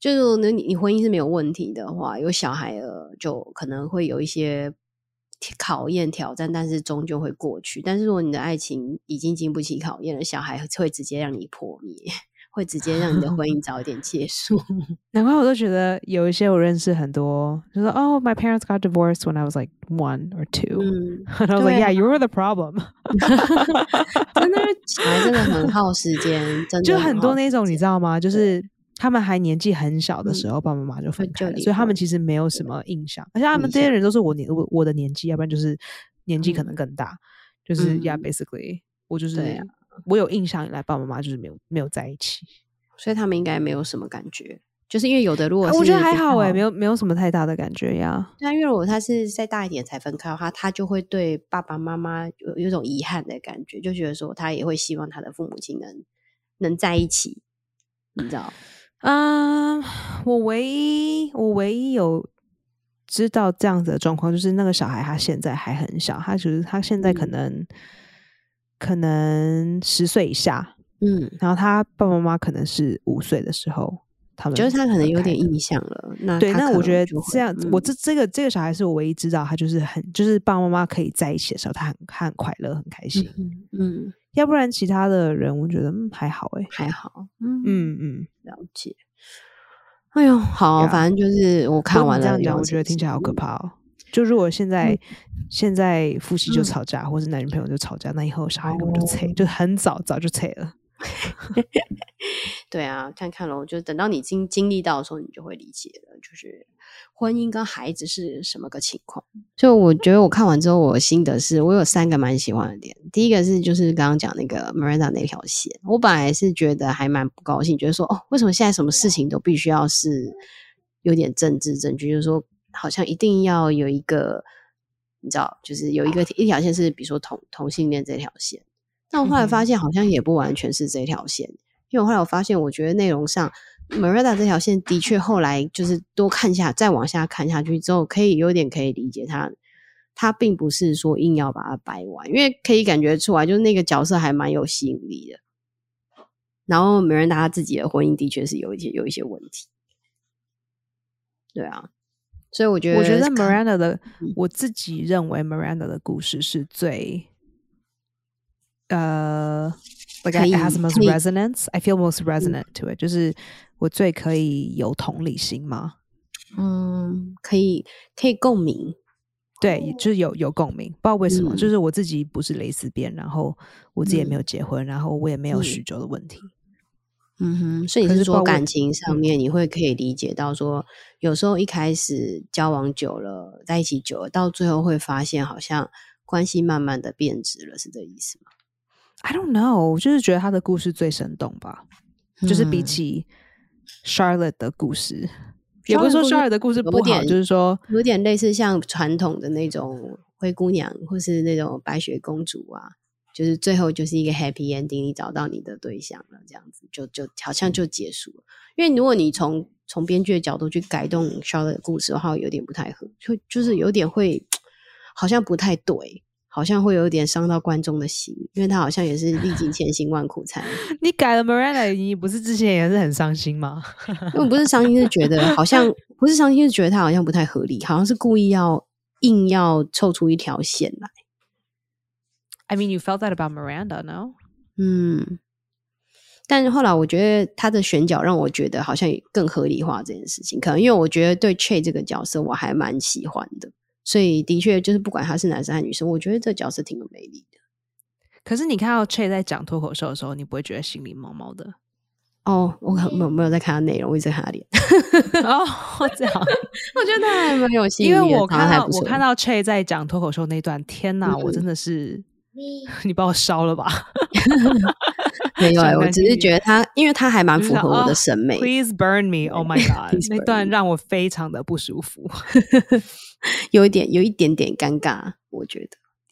[SPEAKER 2] 就是如果你你婚姻是没有问题的话，有小孩了就可能会有一些考验挑战，但是终究会过去。但是如果你的爱情已经经不起考验了，小孩会直接让你破灭，会直接让你的婚姻早一点结
[SPEAKER 1] *laughs*
[SPEAKER 2] 束。
[SPEAKER 1] 难怪我都觉得有一些我认识很多，就说哦、m y parents got divorced when I was like one or *laughs* two，and、
[SPEAKER 2] 嗯，
[SPEAKER 1] I was
[SPEAKER 2] 对
[SPEAKER 1] like
[SPEAKER 2] 啊
[SPEAKER 1] yeah you were the problem
[SPEAKER 2] 真的小孩真的很耗时
[SPEAKER 1] *laughs*
[SPEAKER 2] 间，真的
[SPEAKER 1] 就很多
[SPEAKER 2] 耗
[SPEAKER 1] 那种你知道吗？就
[SPEAKER 2] 对
[SPEAKER 1] 是他们还年纪很小的时候，爸爸妈妈就分
[SPEAKER 2] 就
[SPEAKER 1] 开了，
[SPEAKER 2] 离
[SPEAKER 1] 所以他们
[SPEAKER 2] 婚
[SPEAKER 1] 其实没有什么印象，而且他们
[SPEAKER 2] 印
[SPEAKER 1] 这些
[SPEAKER 2] 象
[SPEAKER 1] 人都是我年我我的年纪，要不然就是年纪可能更大，就是
[SPEAKER 2] 嗯
[SPEAKER 1] yeah basically 我就是、
[SPEAKER 2] 对啊
[SPEAKER 1] 我有印象以来，爸爸妈妈就是没有没有在一起。
[SPEAKER 2] 所以他们应该没有什么感觉。就是因为有的如果
[SPEAKER 1] 啊
[SPEAKER 2] 是、
[SPEAKER 1] 我觉得还好哎、没
[SPEAKER 2] 有。
[SPEAKER 1] 有没有什么太大的感觉呀。
[SPEAKER 2] 对啊，因为如果他是再大一点才分开的话，他就会对爸爸妈妈有有一种遗憾的感觉，就觉得说他也会希望他的父母亲能能在一起，你知道？
[SPEAKER 1] 嗯，我唯一我唯一有知道这样子的状况，就是那个小孩他现在还很小，他只是他现在可
[SPEAKER 2] 嗯
[SPEAKER 1] 能、可能十岁以下，
[SPEAKER 2] 嗯，
[SPEAKER 1] 然后他爸爸妈妈可能是五岁的时候，他们
[SPEAKER 2] 就是他可能
[SPEAKER 1] 分
[SPEAKER 2] 有
[SPEAKER 1] 开
[SPEAKER 2] 点
[SPEAKER 1] 的
[SPEAKER 2] 印象了。那
[SPEAKER 1] 对，
[SPEAKER 2] 他
[SPEAKER 1] 那
[SPEAKER 2] 可
[SPEAKER 1] 我觉
[SPEAKER 2] 能
[SPEAKER 1] 得
[SPEAKER 2] 就会
[SPEAKER 1] 这样，我
[SPEAKER 2] 嗯
[SPEAKER 1] 这这个这个小孩是我唯一知道，他就是很就是爸爸妈妈可以在一起的时候，他很他很快乐，很开心。
[SPEAKER 2] 嗯嗯
[SPEAKER 1] 要不然其他的人，我觉得嗯还好哎、
[SPEAKER 2] 还好，嗯
[SPEAKER 1] 嗯嗯。
[SPEAKER 2] 了解。哎呦，好，
[SPEAKER 1] Yeah
[SPEAKER 2] 反正就是我
[SPEAKER 1] 啊不
[SPEAKER 2] 看
[SPEAKER 1] 过
[SPEAKER 2] 完
[SPEAKER 1] 你
[SPEAKER 2] 了
[SPEAKER 1] 这
[SPEAKER 2] 了
[SPEAKER 1] 样
[SPEAKER 2] 解，
[SPEAKER 1] 讲，我觉得听起来好
[SPEAKER 2] 嗯
[SPEAKER 1] 可怕哦。就如果现在、现在夫妻就吵架，或是男女朋友就吵架，那以后小孩根本就催，
[SPEAKER 2] 嗯哦
[SPEAKER 1] 就很早早就催了。
[SPEAKER 2] 对啊，看看咯，就等到你经经历到的时候，你就会理解了，就是婚姻跟孩子是什么个情况。就我觉得我看完之后，我心得是我有三个蛮喜欢的点。第一个是就是刚刚讲那个 Miranda 那条线，我本来是觉得还蛮不高兴，觉得说哦，为什么现在什么事情都必须要是有点政治证据，就是说好像一定要有一个，你知道，就是有一个一条线是比如说同同性恋这条线，但我后来
[SPEAKER 1] 嗯
[SPEAKER 2] 发
[SPEAKER 1] 哼
[SPEAKER 2] 现好像也不完全是这条线。因为我后来我发现，我觉得内容上 m i r a d a 这条线的确后来就是多看下，再往下看下去之后，可以有点可以理解他，他并不是说硬要把它掰完，因为可以感觉出来，就是那个角色还蛮有吸引力的。然后 m i r a d a 自己的婚姻的确是有一些有一些问题，对啊，所以我觉得
[SPEAKER 1] 我
[SPEAKER 2] 看，
[SPEAKER 1] 觉得 Miranda 的
[SPEAKER 2] 嗯，
[SPEAKER 1] 我自己认为 Miranda 的故事是最，呃，like
[SPEAKER 2] 可
[SPEAKER 1] it
[SPEAKER 2] 以
[SPEAKER 1] has the most
[SPEAKER 2] 可以嗯
[SPEAKER 1] resonance. I feel most resonant to it，就是我最可以有同理心吗？
[SPEAKER 2] 嗯，可以可以共鸣，
[SPEAKER 1] 对，就是有有共鸣，不知道为什么，
[SPEAKER 2] 哦嗯
[SPEAKER 1] 就是我自己不是蕾丝边，然后我自己也没
[SPEAKER 2] 嗯
[SPEAKER 1] 有结婚，然后我也没有
[SPEAKER 2] 嗯
[SPEAKER 1] 许久的问题。
[SPEAKER 2] 嗯哼，所以
[SPEAKER 1] 可
[SPEAKER 2] 你
[SPEAKER 1] 是
[SPEAKER 2] 是
[SPEAKER 1] 不知
[SPEAKER 2] 说
[SPEAKER 1] 道为
[SPEAKER 2] 感情上
[SPEAKER 1] 嗯
[SPEAKER 2] 面你会可以理解到说，有时候一开始交往久了，在一起久了，到最后会发现好像关系慢慢的变质了，是这意思吗？
[SPEAKER 1] I don't know，我就是觉得他的故事最生动吧，就是比
[SPEAKER 2] 嗯
[SPEAKER 1] 起 Charlotte 的故事，也不是说
[SPEAKER 2] Charlotte
[SPEAKER 1] Charlotte 的故事
[SPEAKER 2] 有
[SPEAKER 1] 不好，
[SPEAKER 2] 点
[SPEAKER 1] 就是说，
[SPEAKER 2] 有点类似像传统的那种灰姑娘或是那种白雪公主啊，就是最后就是一个 happy ending，你找到你的对象了，这样子就就好像就结束了。因为如果你从从编剧的角度去改动 Charlotte 的故事的话，有点不太合，就就是有点会好像不太对。好像会有点伤到观众的心，因为他好像也是历尽千辛万苦才
[SPEAKER 1] 你改了 Miranda，你不是之前也是很伤心吗？
[SPEAKER 2] 因为我不是伤心，是觉
[SPEAKER 1] *laughs*
[SPEAKER 2] 得好像不是伤心，是觉得他好像不太合理，好像是故意要硬要凑出一条线来。
[SPEAKER 1] I mean, you felt that about Miranda, no?
[SPEAKER 2] 嗯，但后来我觉得他的选角让我觉得好像更合理化这件事情，可能因为我觉得对 Che 这个角色我还蛮喜欢的，所以的确就是不管他是男生还是女生，我觉得这角色挺有魅力的。
[SPEAKER 1] 可是你看到 Che 在讲脱口秀的时候，你不会觉得心里毛毛的 *laughs*
[SPEAKER 2] 哦，我可没有没有在看他内容，我一直在看他脸，
[SPEAKER 1] 哦？
[SPEAKER 2] *laughs*
[SPEAKER 1] 这样，
[SPEAKER 2] 我觉得他 *laughs* 还蛮有吸引
[SPEAKER 1] 因
[SPEAKER 2] 力的，
[SPEAKER 1] 为我
[SPEAKER 2] 长得
[SPEAKER 1] 看
[SPEAKER 2] 还
[SPEAKER 1] 到
[SPEAKER 2] 不
[SPEAKER 1] 我
[SPEAKER 2] 错
[SPEAKER 1] 看到 Che 在讲脱口秀那一段，天哪，我
[SPEAKER 2] 嗯
[SPEAKER 1] 真的是你把我烧了吧！
[SPEAKER 2] 没有、
[SPEAKER 1] 想
[SPEAKER 2] 欸，我
[SPEAKER 1] 看
[SPEAKER 2] 只
[SPEAKER 1] 这
[SPEAKER 2] 是
[SPEAKER 1] 个
[SPEAKER 2] 觉得他，因为他还蛮
[SPEAKER 1] 就
[SPEAKER 2] 符
[SPEAKER 1] 想
[SPEAKER 2] 合我
[SPEAKER 1] 哦
[SPEAKER 2] 的审美，
[SPEAKER 1] Please burn me, oh my god！
[SPEAKER 2] Please
[SPEAKER 1] 那
[SPEAKER 2] burn
[SPEAKER 1] 段让我非常的不舒服，
[SPEAKER 2] 有一点有一点点尴尬，我觉得。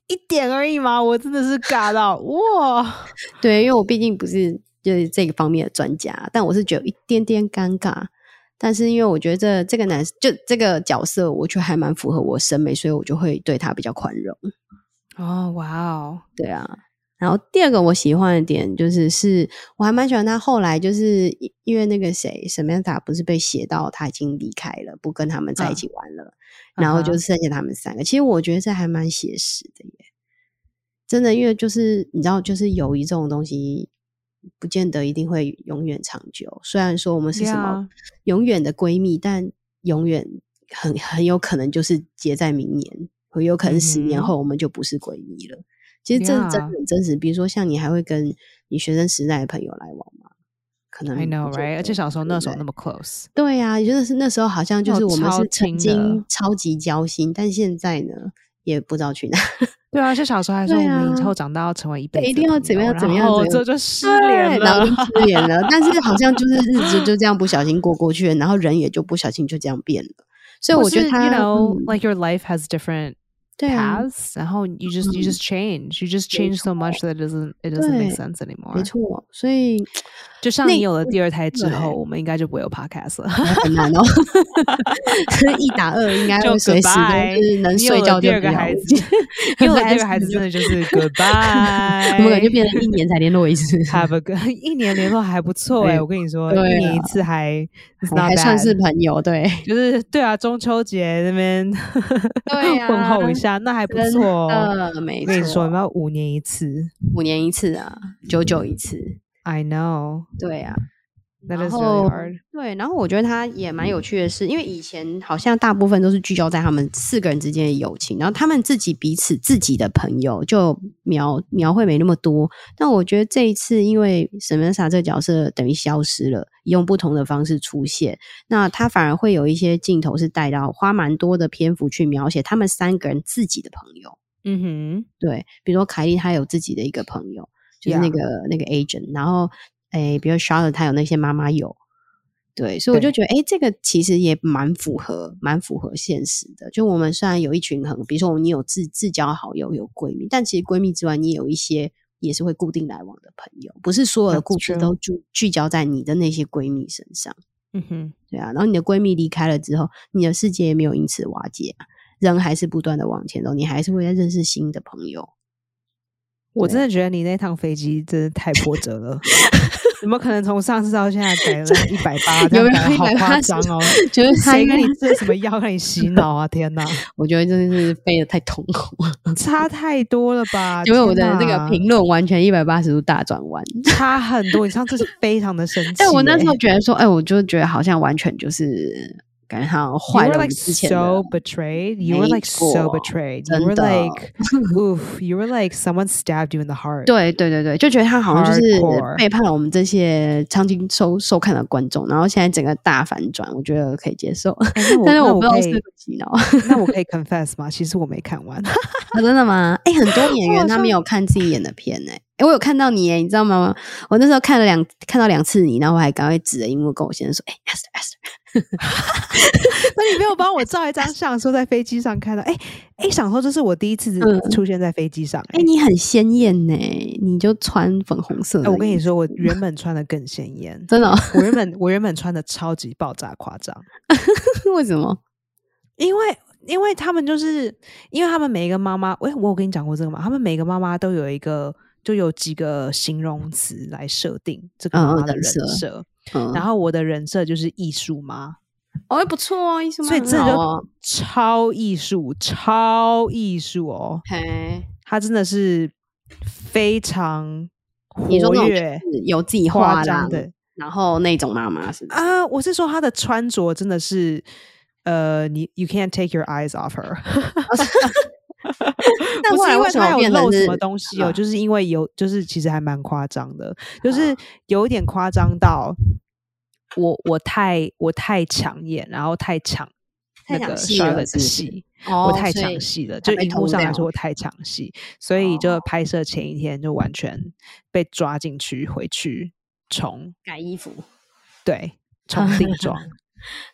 [SPEAKER 1] 一点而已嘛，我真的是尬到哇！
[SPEAKER 2] 对，因为我毕竟不是就是这个方面的专家，但我是觉得有一点点尴尬。但是因为我觉得这这个男就这个角色，我觉得还蛮符合我审美，所以我就会对他比较宽容。
[SPEAKER 1] 哦，哇哦，
[SPEAKER 2] 对啊。然后第二个我喜欢的点就是是，我还蛮喜欢他后来就是因因为那个谁沈曼达不是被写到他已经离开了，不跟他们在一
[SPEAKER 1] 嗯
[SPEAKER 2] 起玩了，然后
[SPEAKER 1] 嗯
[SPEAKER 2] 就
[SPEAKER 1] 哼
[SPEAKER 2] 剩下他们三个。其实我觉得这还蛮写实的耶，真的，因为就是你知道，就是友谊这种东西，不见得一定会永远长久。虽然说我们是什么
[SPEAKER 1] Yeah
[SPEAKER 2] 永远的闺蜜，但永远很很有可能就是结在明年，很有可能十年
[SPEAKER 1] 嗯哼
[SPEAKER 2] 后我们就不是闺蜜了。其实这是真的
[SPEAKER 1] Yeah
[SPEAKER 2] 很真实，比如说像你还会跟你学生时代的朋友来往吗？可能
[SPEAKER 1] ，I
[SPEAKER 2] 不
[SPEAKER 1] know
[SPEAKER 2] 见
[SPEAKER 1] right？而且
[SPEAKER 2] 得
[SPEAKER 1] 小时候那
[SPEAKER 2] 对
[SPEAKER 1] 时候
[SPEAKER 2] 不
[SPEAKER 1] 那么 close，
[SPEAKER 2] 对呀、也就是那时候好像就
[SPEAKER 1] 哦
[SPEAKER 2] 是我们
[SPEAKER 1] 超
[SPEAKER 2] 是曾
[SPEAKER 1] 亲
[SPEAKER 2] 经
[SPEAKER 1] 的
[SPEAKER 2] 超级交心，但现在呢也不知道去哪。
[SPEAKER 1] 对啊，而且小时候还说
[SPEAKER 2] 对
[SPEAKER 1] 我们以
[SPEAKER 2] 啊
[SPEAKER 1] 后长大要成为一辈
[SPEAKER 2] 对
[SPEAKER 1] 子
[SPEAKER 2] 一
[SPEAKER 1] 的
[SPEAKER 2] 定要
[SPEAKER 1] 朋
[SPEAKER 2] 怎么
[SPEAKER 1] 友
[SPEAKER 2] 样怎么
[SPEAKER 1] 然
[SPEAKER 2] 样怎
[SPEAKER 1] 后
[SPEAKER 2] 么
[SPEAKER 1] 这
[SPEAKER 2] 样
[SPEAKER 1] 就失联
[SPEAKER 2] *laughs* 对然后
[SPEAKER 1] 了，
[SPEAKER 2] 就失联了。但
[SPEAKER 1] *laughs*
[SPEAKER 2] 是好像就是日子就这样不小心过过去了，然后人也就不小心就这样变了。所以
[SPEAKER 1] 或
[SPEAKER 2] 我觉得
[SPEAKER 1] 是
[SPEAKER 2] 他，
[SPEAKER 1] you know
[SPEAKER 2] 嗯
[SPEAKER 1] like your life has different
[SPEAKER 2] 对啊，
[SPEAKER 1] paths，然后 you just you
[SPEAKER 2] 嗯
[SPEAKER 1] just change，you just
[SPEAKER 2] 没
[SPEAKER 1] change so much that it doesn't it doesn't make
[SPEAKER 2] 对
[SPEAKER 1] sense anymore。
[SPEAKER 2] 没错，所以
[SPEAKER 1] *laughs* 就像
[SPEAKER 2] 那
[SPEAKER 1] 你有了第二胎之
[SPEAKER 2] 对
[SPEAKER 1] 后，我们应该就不会有 podcast 了。
[SPEAKER 2] 很难哦。 *laughs* 所以一打二应该
[SPEAKER 1] 就
[SPEAKER 2] 会随时都
[SPEAKER 1] goodbye
[SPEAKER 2] 是能
[SPEAKER 1] 你有
[SPEAKER 2] 睡
[SPEAKER 1] 了
[SPEAKER 2] 觉就
[SPEAKER 1] 第二
[SPEAKER 2] 不
[SPEAKER 1] 个
[SPEAKER 2] 要
[SPEAKER 1] 孩
[SPEAKER 2] 了 *laughs*
[SPEAKER 1] 子， *laughs* 因为我这个孩子
[SPEAKER 2] 就
[SPEAKER 1] 真的就
[SPEAKER 2] *laughs*
[SPEAKER 1] 是
[SPEAKER 2] 我 *laughs*
[SPEAKER 1] goodbye，
[SPEAKER 2] 们可能就变成一年才联络一
[SPEAKER 1] *laughs*
[SPEAKER 2] 次。
[SPEAKER 1] have a good 一年联络还不错哎、
[SPEAKER 2] 对
[SPEAKER 1] 我跟你说，
[SPEAKER 2] 对
[SPEAKER 1] 一年一
[SPEAKER 2] 啊
[SPEAKER 1] 次还 it's
[SPEAKER 2] 还
[SPEAKER 1] not
[SPEAKER 2] 还算
[SPEAKER 1] bad
[SPEAKER 2] 是朋友，
[SPEAKER 1] *laughs*
[SPEAKER 2] 对
[SPEAKER 1] 就是对啊，中秋节那边
[SPEAKER 2] 对呀
[SPEAKER 1] *laughs* 问候一下，那还不
[SPEAKER 2] 真
[SPEAKER 1] 错哦。
[SPEAKER 2] 的没
[SPEAKER 1] 我
[SPEAKER 2] 错，
[SPEAKER 1] 跟你说，我们要五年一次
[SPEAKER 2] 五年一次啊，九九一次，
[SPEAKER 1] ，I know
[SPEAKER 2] 对啊，
[SPEAKER 1] that
[SPEAKER 2] 然
[SPEAKER 1] is
[SPEAKER 2] 后
[SPEAKER 1] really hard。
[SPEAKER 2] 对，然后我觉得他也蛮有趣的是，因为以前好像大部分都是聚焦在他们四个人之间的友情，然后他们自己彼此自己的朋友就描描绘没那么多。但我觉得这一次，因为沈曼莎这个角色等于消失了，用不同的方式出现，那他反而会有一些镜头是带到花蛮多的篇幅去描写他们三个人自己的朋友。
[SPEAKER 1] 嗯
[SPEAKER 2] 对，比如说凯莉她有自己的一个朋友，就是那
[SPEAKER 1] Yeah
[SPEAKER 2] 个那个 agent，然后诶，比如 Charlotte 她有那些妈妈友，对，所以我就
[SPEAKER 1] 对
[SPEAKER 2] 觉得诶，这个其实也蛮符合蛮符合现实的。就我们虽然有一群很，比如说我们你有至至交好友有闺蜜，但其实闺蜜之外，你也有一些也是会固定来往的朋友，不是所有的
[SPEAKER 1] That's
[SPEAKER 2] 故事
[SPEAKER 1] true
[SPEAKER 2] 都聚聚焦在你的那些闺蜜身上。
[SPEAKER 1] 哼，嗯哼，
[SPEAKER 2] 对啊，然后你的闺蜜离开了之后，你的世界也没有因此瓦解啊，人还是不断的往前走，你还是会在认识新的朋友。
[SPEAKER 1] 我
[SPEAKER 2] 对
[SPEAKER 1] 真的觉得你那趟飞机真的太波折了。
[SPEAKER 2] *laughs*
[SPEAKER 1] 有没有可能从上次到现在改了一百
[SPEAKER 2] *laughs*
[SPEAKER 1] 八？
[SPEAKER 2] 有没有
[SPEAKER 1] 好
[SPEAKER 2] 180
[SPEAKER 1] 夸张哦？ *laughs*
[SPEAKER 2] 就是他
[SPEAKER 1] 谁
[SPEAKER 2] 应该
[SPEAKER 1] 跟你吃什么药让你洗脑啊？
[SPEAKER 2] *laughs*
[SPEAKER 1] 天哪，
[SPEAKER 2] 我觉得真的是飞得太痛苦了，
[SPEAKER 1] 差太多了吧？
[SPEAKER 2] 因为我的
[SPEAKER 1] 啊天哪
[SPEAKER 2] 那个评论完全一百八十度大转弯。
[SPEAKER 1] 差很多，你上次是非常的生气耶。
[SPEAKER 2] 但我那时候觉得说，哎，我就觉得好像完全就是感觉好像
[SPEAKER 1] You
[SPEAKER 2] 坏
[SPEAKER 1] were
[SPEAKER 2] 了我
[SPEAKER 1] like
[SPEAKER 2] 们之前的
[SPEAKER 1] so。betrayed. You were
[SPEAKER 2] 没
[SPEAKER 1] like so
[SPEAKER 2] 错
[SPEAKER 1] betrayed. You
[SPEAKER 2] 真
[SPEAKER 1] were
[SPEAKER 2] 的
[SPEAKER 1] like, oof. You were like someone stabbed you in the heart.
[SPEAKER 2] 对对对对，就觉得他好像就是
[SPEAKER 1] Hardcore
[SPEAKER 2] 背叛了我们这些长期收收看的观众，然后现在整个大反转，我觉得可以接受。 *laughs*
[SPEAKER 1] 哎那我
[SPEAKER 2] 但是
[SPEAKER 1] 那
[SPEAKER 2] 我
[SPEAKER 1] 我
[SPEAKER 2] 不知道
[SPEAKER 1] 可
[SPEAKER 2] 是
[SPEAKER 1] 以
[SPEAKER 2] 不是洗脑，
[SPEAKER 1] *laughs* 那我可以 confess 吗？其实我没看完。 *laughs*
[SPEAKER 2] 啊，真的吗？哎、很多演
[SPEAKER 1] 我
[SPEAKER 2] 员
[SPEAKER 1] 好
[SPEAKER 2] 他
[SPEAKER 1] 像
[SPEAKER 2] 没有看自己演的片哎、欸我有看到你、欸，你知道吗？我那时候看了两看到两次你，然后我还赶快指着荧幕跟我先生说：“哎、a s t e r Esther，
[SPEAKER 1] 那你没有帮我照一张相，说在飞机上看到，哎哎，想说这是我第一次
[SPEAKER 2] 嗯
[SPEAKER 1] 出现在飞机上。
[SPEAKER 2] 哎、你很鲜艳呢、你就穿粉红色
[SPEAKER 1] 哎
[SPEAKER 2] 的、，
[SPEAKER 1] 我跟你，说，我原本穿的更鲜艳
[SPEAKER 2] 真的哦、 *laughs*
[SPEAKER 1] 我原本我原本穿的超级爆炸夸张，
[SPEAKER 2] 为什么？
[SPEAKER 1] 因为因为他们就是因为他们每一个妈妈，喂、我有跟你讲过这个吗？他们每个妈妈都有一个。就有几个形容词来设定这个
[SPEAKER 2] 嗯
[SPEAKER 1] 妈
[SPEAKER 2] 嗯
[SPEAKER 1] 妈
[SPEAKER 2] 人
[SPEAKER 1] 的人
[SPEAKER 2] 设
[SPEAKER 1] 设，
[SPEAKER 2] 嗯，
[SPEAKER 1] 然后我的人设就是艺术妈，
[SPEAKER 2] 哦，不错哦，艺术
[SPEAKER 1] 所以
[SPEAKER 2] 这
[SPEAKER 1] 这
[SPEAKER 2] 哦
[SPEAKER 1] 就，超艺术，超艺术哦。
[SPEAKER 2] 嘿，
[SPEAKER 1] 他真的是非常
[SPEAKER 2] 你说那
[SPEAKER 1] 活
[SPEAKER 2] 种就
[SPEAKER 1] 跃
[SPEAKER 2] 是有自己画
[SPEAKER 1] 夸
[SPEAKER 2] 廊
[SPEAKER 1] 张的
[SPEAKER 2] 然后那种妈妈是不是？
[SPEAKER 1] 啊！我是说她的穿着真的是，呃，你 you can't take your eyes off
[SPEAKER 2] *laughs*
[SPEAKER 1] her。
[SPEAKER 2] 但
[SPEAKER 1] 不
[SPEAKER 2] 后
[SPEAKER 1] 是
[SPEAKER 2] 来
[SPEAKER 1] 因
[SPEAKER 2] 为
[SPEAKER 1] 为
[SPEAKER 2] 什么
[SPEAKER 1] 她有
[SPEAKER 2] 变成
[SPEAKER 1] 露什
[SPEAKER 2] 是
[SPEAKER 1] 么东西哦，
[SPEAKER 2] 啊
[SPEAKER 1] 就是因为有，就是其实还蛮夸张的，
[SPEAKER 2] 嗯
[SPEAKER 1] 就是有一点夸张到我我太我太抢眼，然后太抢
[SPEAKER 2] 太
[SPEAKER 1] 那
[SPEAKER 2] 抢
[SPEAKER 1] 个
[SPEAKER 2] 戏了
[SPEAKER 1] Charlotte
[SPEAKER 2] 是
[SPEAKER 1] 的
[SPEAKER 2] 不是
[SPEAKER 1] 戏，
[SPEAKER 2] 哦
[SPEAKER 1] 我太
[SPEAKER 2] 所以
[SPEAKER 1] 抢戏了，
[SPEAKER 2] 他
[SPEAKER 1] 就
[SPEAKER 2] 被
[SPEAKER 1] 荧幕
[SPEAKER 2] 偷
[SPEAKER 1] 上来
[SPEAKER 2] 掉
[SPEAKER 1] 说我太抢戏，所以就
[SPEAKER 2] 哦
[SPEAKER 1] 拍摄前一天就完全被抓进去回去重
[SPEAKER 2] 改衣服，
[SPEAKER 1] 对重定妆，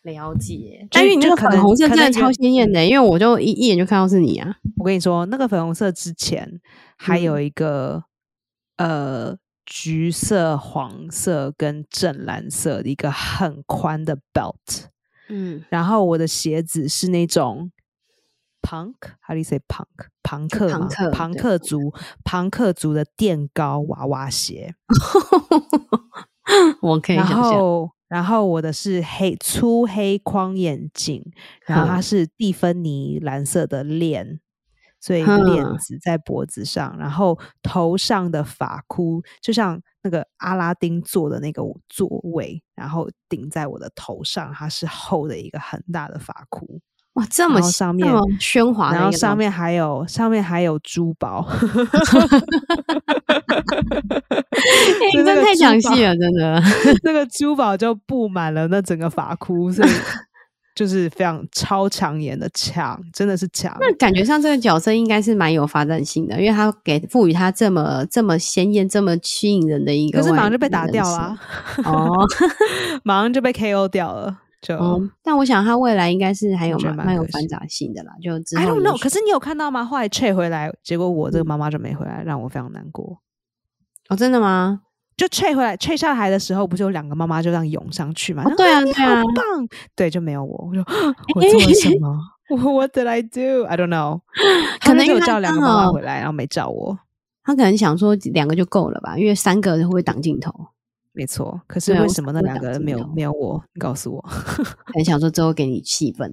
[SPEAKER 2] 了解。
[SPEAKER 1] 就
[SPEAKER 2] 但因为你那
[SPEAKER 1] 就
[SPEAKER 2] 个
[SPEAKER 1] 可
[SPEAKER 2] 粉
[SPEAKER 1] 能
[SPEAKER 2] 红色
[SPEAKER 1] 可
[SPEAKER 2] 真
[SPEAKER 1] 能
[SPEAKER 2] 的
[SPEAKER 1] 有
[SPEAKER 2] 超鲜艳的，因为我就一一眼就看到是你啊。
[SPEAKER 1] 我跟你说，那个粉红色之前还
[SPEAKER 2] 嗯
[SPEAKER 1] 有一个、呃橘色、黄色跟正蓝色的一个很宽的 belt，
[SPEAKER 2] 嗯，
[SPEAKER 1] 然后我的鞋子是那种 punk how do you say punk 朋克
[SPEAKER 2] 朋
[SPEAKER 1] 吗
[SPEAKER 2] 克
[SPEAKER 1] 朋
[SPEAKER 2] 对
[SPEAKER 1] 克族朋克族的垫高娃娃鞋，
[SPEAKER 2] 我可以
[SPEAKER 1] 然
[SPEAKER 2] 想象。嗯
[SPEAKER 1] 后然后我的是黑粗黑框眼镜，然后它
[SPEAKER 2] 哼
[SPEAKER 1] 是蒂芬尼蓝色的链，所以
[SPEAKER 2] 哼
[SPEAKER 1] 链子在脖子上，然后头上的发箍就像那个阿拉丁坐的那个座位，然后顶在我的头上，它是厚的一个很大的发箍，
[SPEAKER 2] 哇，这么
[SPEAKER 1] 然后上
[SPEAKER 2] 这
[SPEAKER 1] 面
[SPEAKER 2] 么喧哗的一个东西，
[SPEAKER 1] 然后上面还有上面还有珠 *laughs* 宝，
[SPEAKER 2] 哎
[SPEAKER 1] 就那
[SPEAKER 2] 真
[SPEAKER 1] 个
[SPEAKER 2] 太
[SPEAKER 1] 珠
[SPEAKER 2] 抢
[SPEAKER 1] 宝
[SPEAKER 2] 戏了，真的。
[SPEAKER 1] 那个珠宝就布满了那整个发箍，所以就是非常超抢眼的抢，真的是抢。
[SPEAKER 2] 那感觉上这个角色应该是蛮有发展性的，因为他给赋予他这么这么鲜艳、这么吸引人的一个
[SPEAKER 1] 可
[SPEAKER 2] 外，
[SPEAKER 1] 是马上就被打掉
[SPEAKER 2] 了
[SPEAKER 1] 啦
[SPEAKER 2] 啊。，哦
[SPEAKER 1] *laughs* 马上就被 KO 掉了。就、
[SPEAKER 2] 哦，但我想他未来应该是还有
[SPEAKER 1] 我觉
[SPEAKER 2] 蛮
[SPEAKER 1] 得
[SPEAKER 2] 蛮
[SPEAKER 1] 蛮
[SPEAKER 2] 有
[SPEAKER 1] 可惜
[SPEAKER 2] 繁杂性的啦，就之
[SPEAKER 1] I
[SPEAKER 2] 后
[SPEAKER 1] don't
[SPEAKER 2] 也
[SPEAKER 1] know，
[SPEAKER 2] 许
[SPEAKER 1] 可是你有看到吗？后来 Che 回来，结果我这个
[SPEAKER 2] 嗯
[SPEAKER 1] 妈妈就没回来，让我非常难过。
[SPEAKER 2] 哦，真的吗？
[SPEAKER 1] 就 Che 回来，Che 下台的时候，不就有两个妈妈就这样涌上去嘛？
[SPEAKER 2] 哦
[SPEAKER 1] 然后
[SPEAKER 2] 对啊
[SPEAKER 1] 你
[SPEAKER 2] 对
[SPEAKER 1] 好
[SPEAKER 2] 啊
[SPEAKER 1] 棒，对，就没有我。
[SPEAKER 2] *laughs*
[SPEAKER 1] 我就我做了什么？What did I do? I
[SPEAKER 2] *gasps*
[SPEAKER 1] don't know。
[SPEAKER 2] 可能
[SPEAKER 1] 他们
[SPEAKER 2] 因
[SPEAKER 1] 就
[SPEAKER 2] 为
[SPEAKER 1] 有
[SPEAKER 2] 他
[SPEAKER 1] 叫两个
[SPEAKER 2] 刚
[SPEAKER 1] 妈妈
[SPEAKER 2] 好
[SPEAKER 1] 回来，然后没叫我。
[SPEAKER 2] 他可能想说两个就够了吧，因为三个会不会挡镜头？
[SPEAKER 1] 没错，可是
[SPEAKER 2] 对啊
[SPEAKER 1] 为
[SPEAKER 2] 我
[SPEAKER 1] 什么
[SPEAKER 2] 是
[SPEAKER 1] 那
[SPEAKER 2] 不
[SPEAKER 1] 两
[SPEAKER 2] 打
[SPEAKER 1] 个人
[SPEAKER 2] 字
[SPEAKER 1] 没有
[SPEAKER 2] 的
[SPEAKER 1] 没有我？你告诉我 *laughs*
[SPEAKER 2] 可能想说之后给你戏份。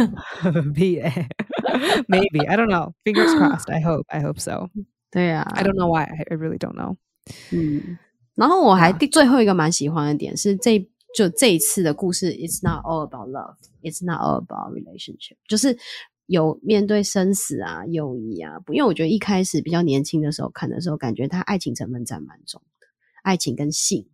[SPEAKER 2] *laughs*
[SPEAKER 1] 屁嘞 *laughs* ！Maybe I don't
[SPEAKER 2] *laughs*
[SPEAKER 1] know. Fingers crossed. I hope. I hope so.
[SPEAKER 2] 对啊，
[SPEAKER 1] I don't know why. I I really don't know.
[SPEAKER 2] 嗯。然后我还
[SPEAKER 1] 啊
[SPEAKER 2] 第最后一个蛮喜欢的点是这就这一次的故事，It's not all about love, It's not all about relationship，就是有面对生死啊、友谊啊。因为我觉得一开始比较年轻的时候看的时候，感觉他爱情成分占蛮重的，爱情跟性。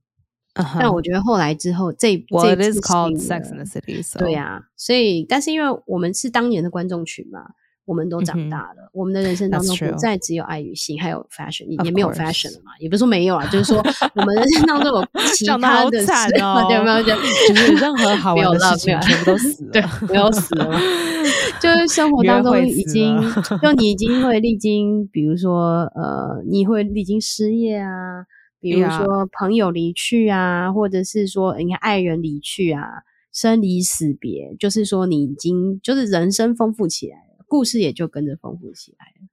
[SPEAKER 2] 但我觉得后来之后，这
[SPEAKER 1] 我
[SPEAKER 2] 这
[SPEAKER 1] it
[SPEAKER 2] 一次
[SPEAKER 1] 嗯 is called
[SPEAKER 2] 性的
[SPEAKER 1] Sex in the City. So
[SPEAKER 2] 对呀、所以但是因为我们是当年的观众群嘛，我们都
[SPEAKER 1] 嗯
[SPEAKER 2] 长
[SPEAKER 1] 哼
[SPEAKER 2] 大了，我们的人生当
[SPEAKER 1] That's
[SPEAKER 2] 中不
[SPEAKER 1] true
[SPEAKER 2] 再只有爱与性，还有 fashion，也
[SPEAKER 1] Of
[SPEAKER 2] 也没有
[SPEAKER 1] course
[SPEAKER 2] fashion 了嘛，也不是说没有啊，就是说我们人 *laughs* 生当中有其
[SPEAKER 1] 讲得
[SPEAKER 2] 他
[SPEAKER 1] 好
[SPEAKER 2] 的
[SPEAKER 1] 惨
[SPEAKER 2] 事 *laughs*
[SPEAKER 1] 哦
[SPEAKER 2] 对，没有就
[SPEAKER 1] 就是任何好
[SPEAKER 2] 没有
[SPEAKER 1] 玩的
[SPEAKER 2] love，
[SPEAKER 1] 事情
[SPEAKER 2] 没有 *laughs*
[SPEAKER 1] 全部都死
[SPEAKER 2] 对
[SPEAKER 1] 了。，
[SPEAKER 2] 没有死了嘛， *laughs* 就是生活
[SPEAKER 1] 约
[SPEAKER 2] 当中
[SPEAKER 1] 会
[SPEAKER 2] 已
[SPEAKER 1] 死
[SPEAKER 2] 经
[SPEAKER 1] 了
[SPEAKER 2] *laughs* 就你已经会历经，比如说呃，你会历经失业啊，比如
[SPEAKER 1] Yeah
[SPEAKER 2] 说朋友离去啊，或者是说你看爱人离去啊，生离死别，就是说你已经就是人生丰富起来了，故事也就跟着丰富起来了。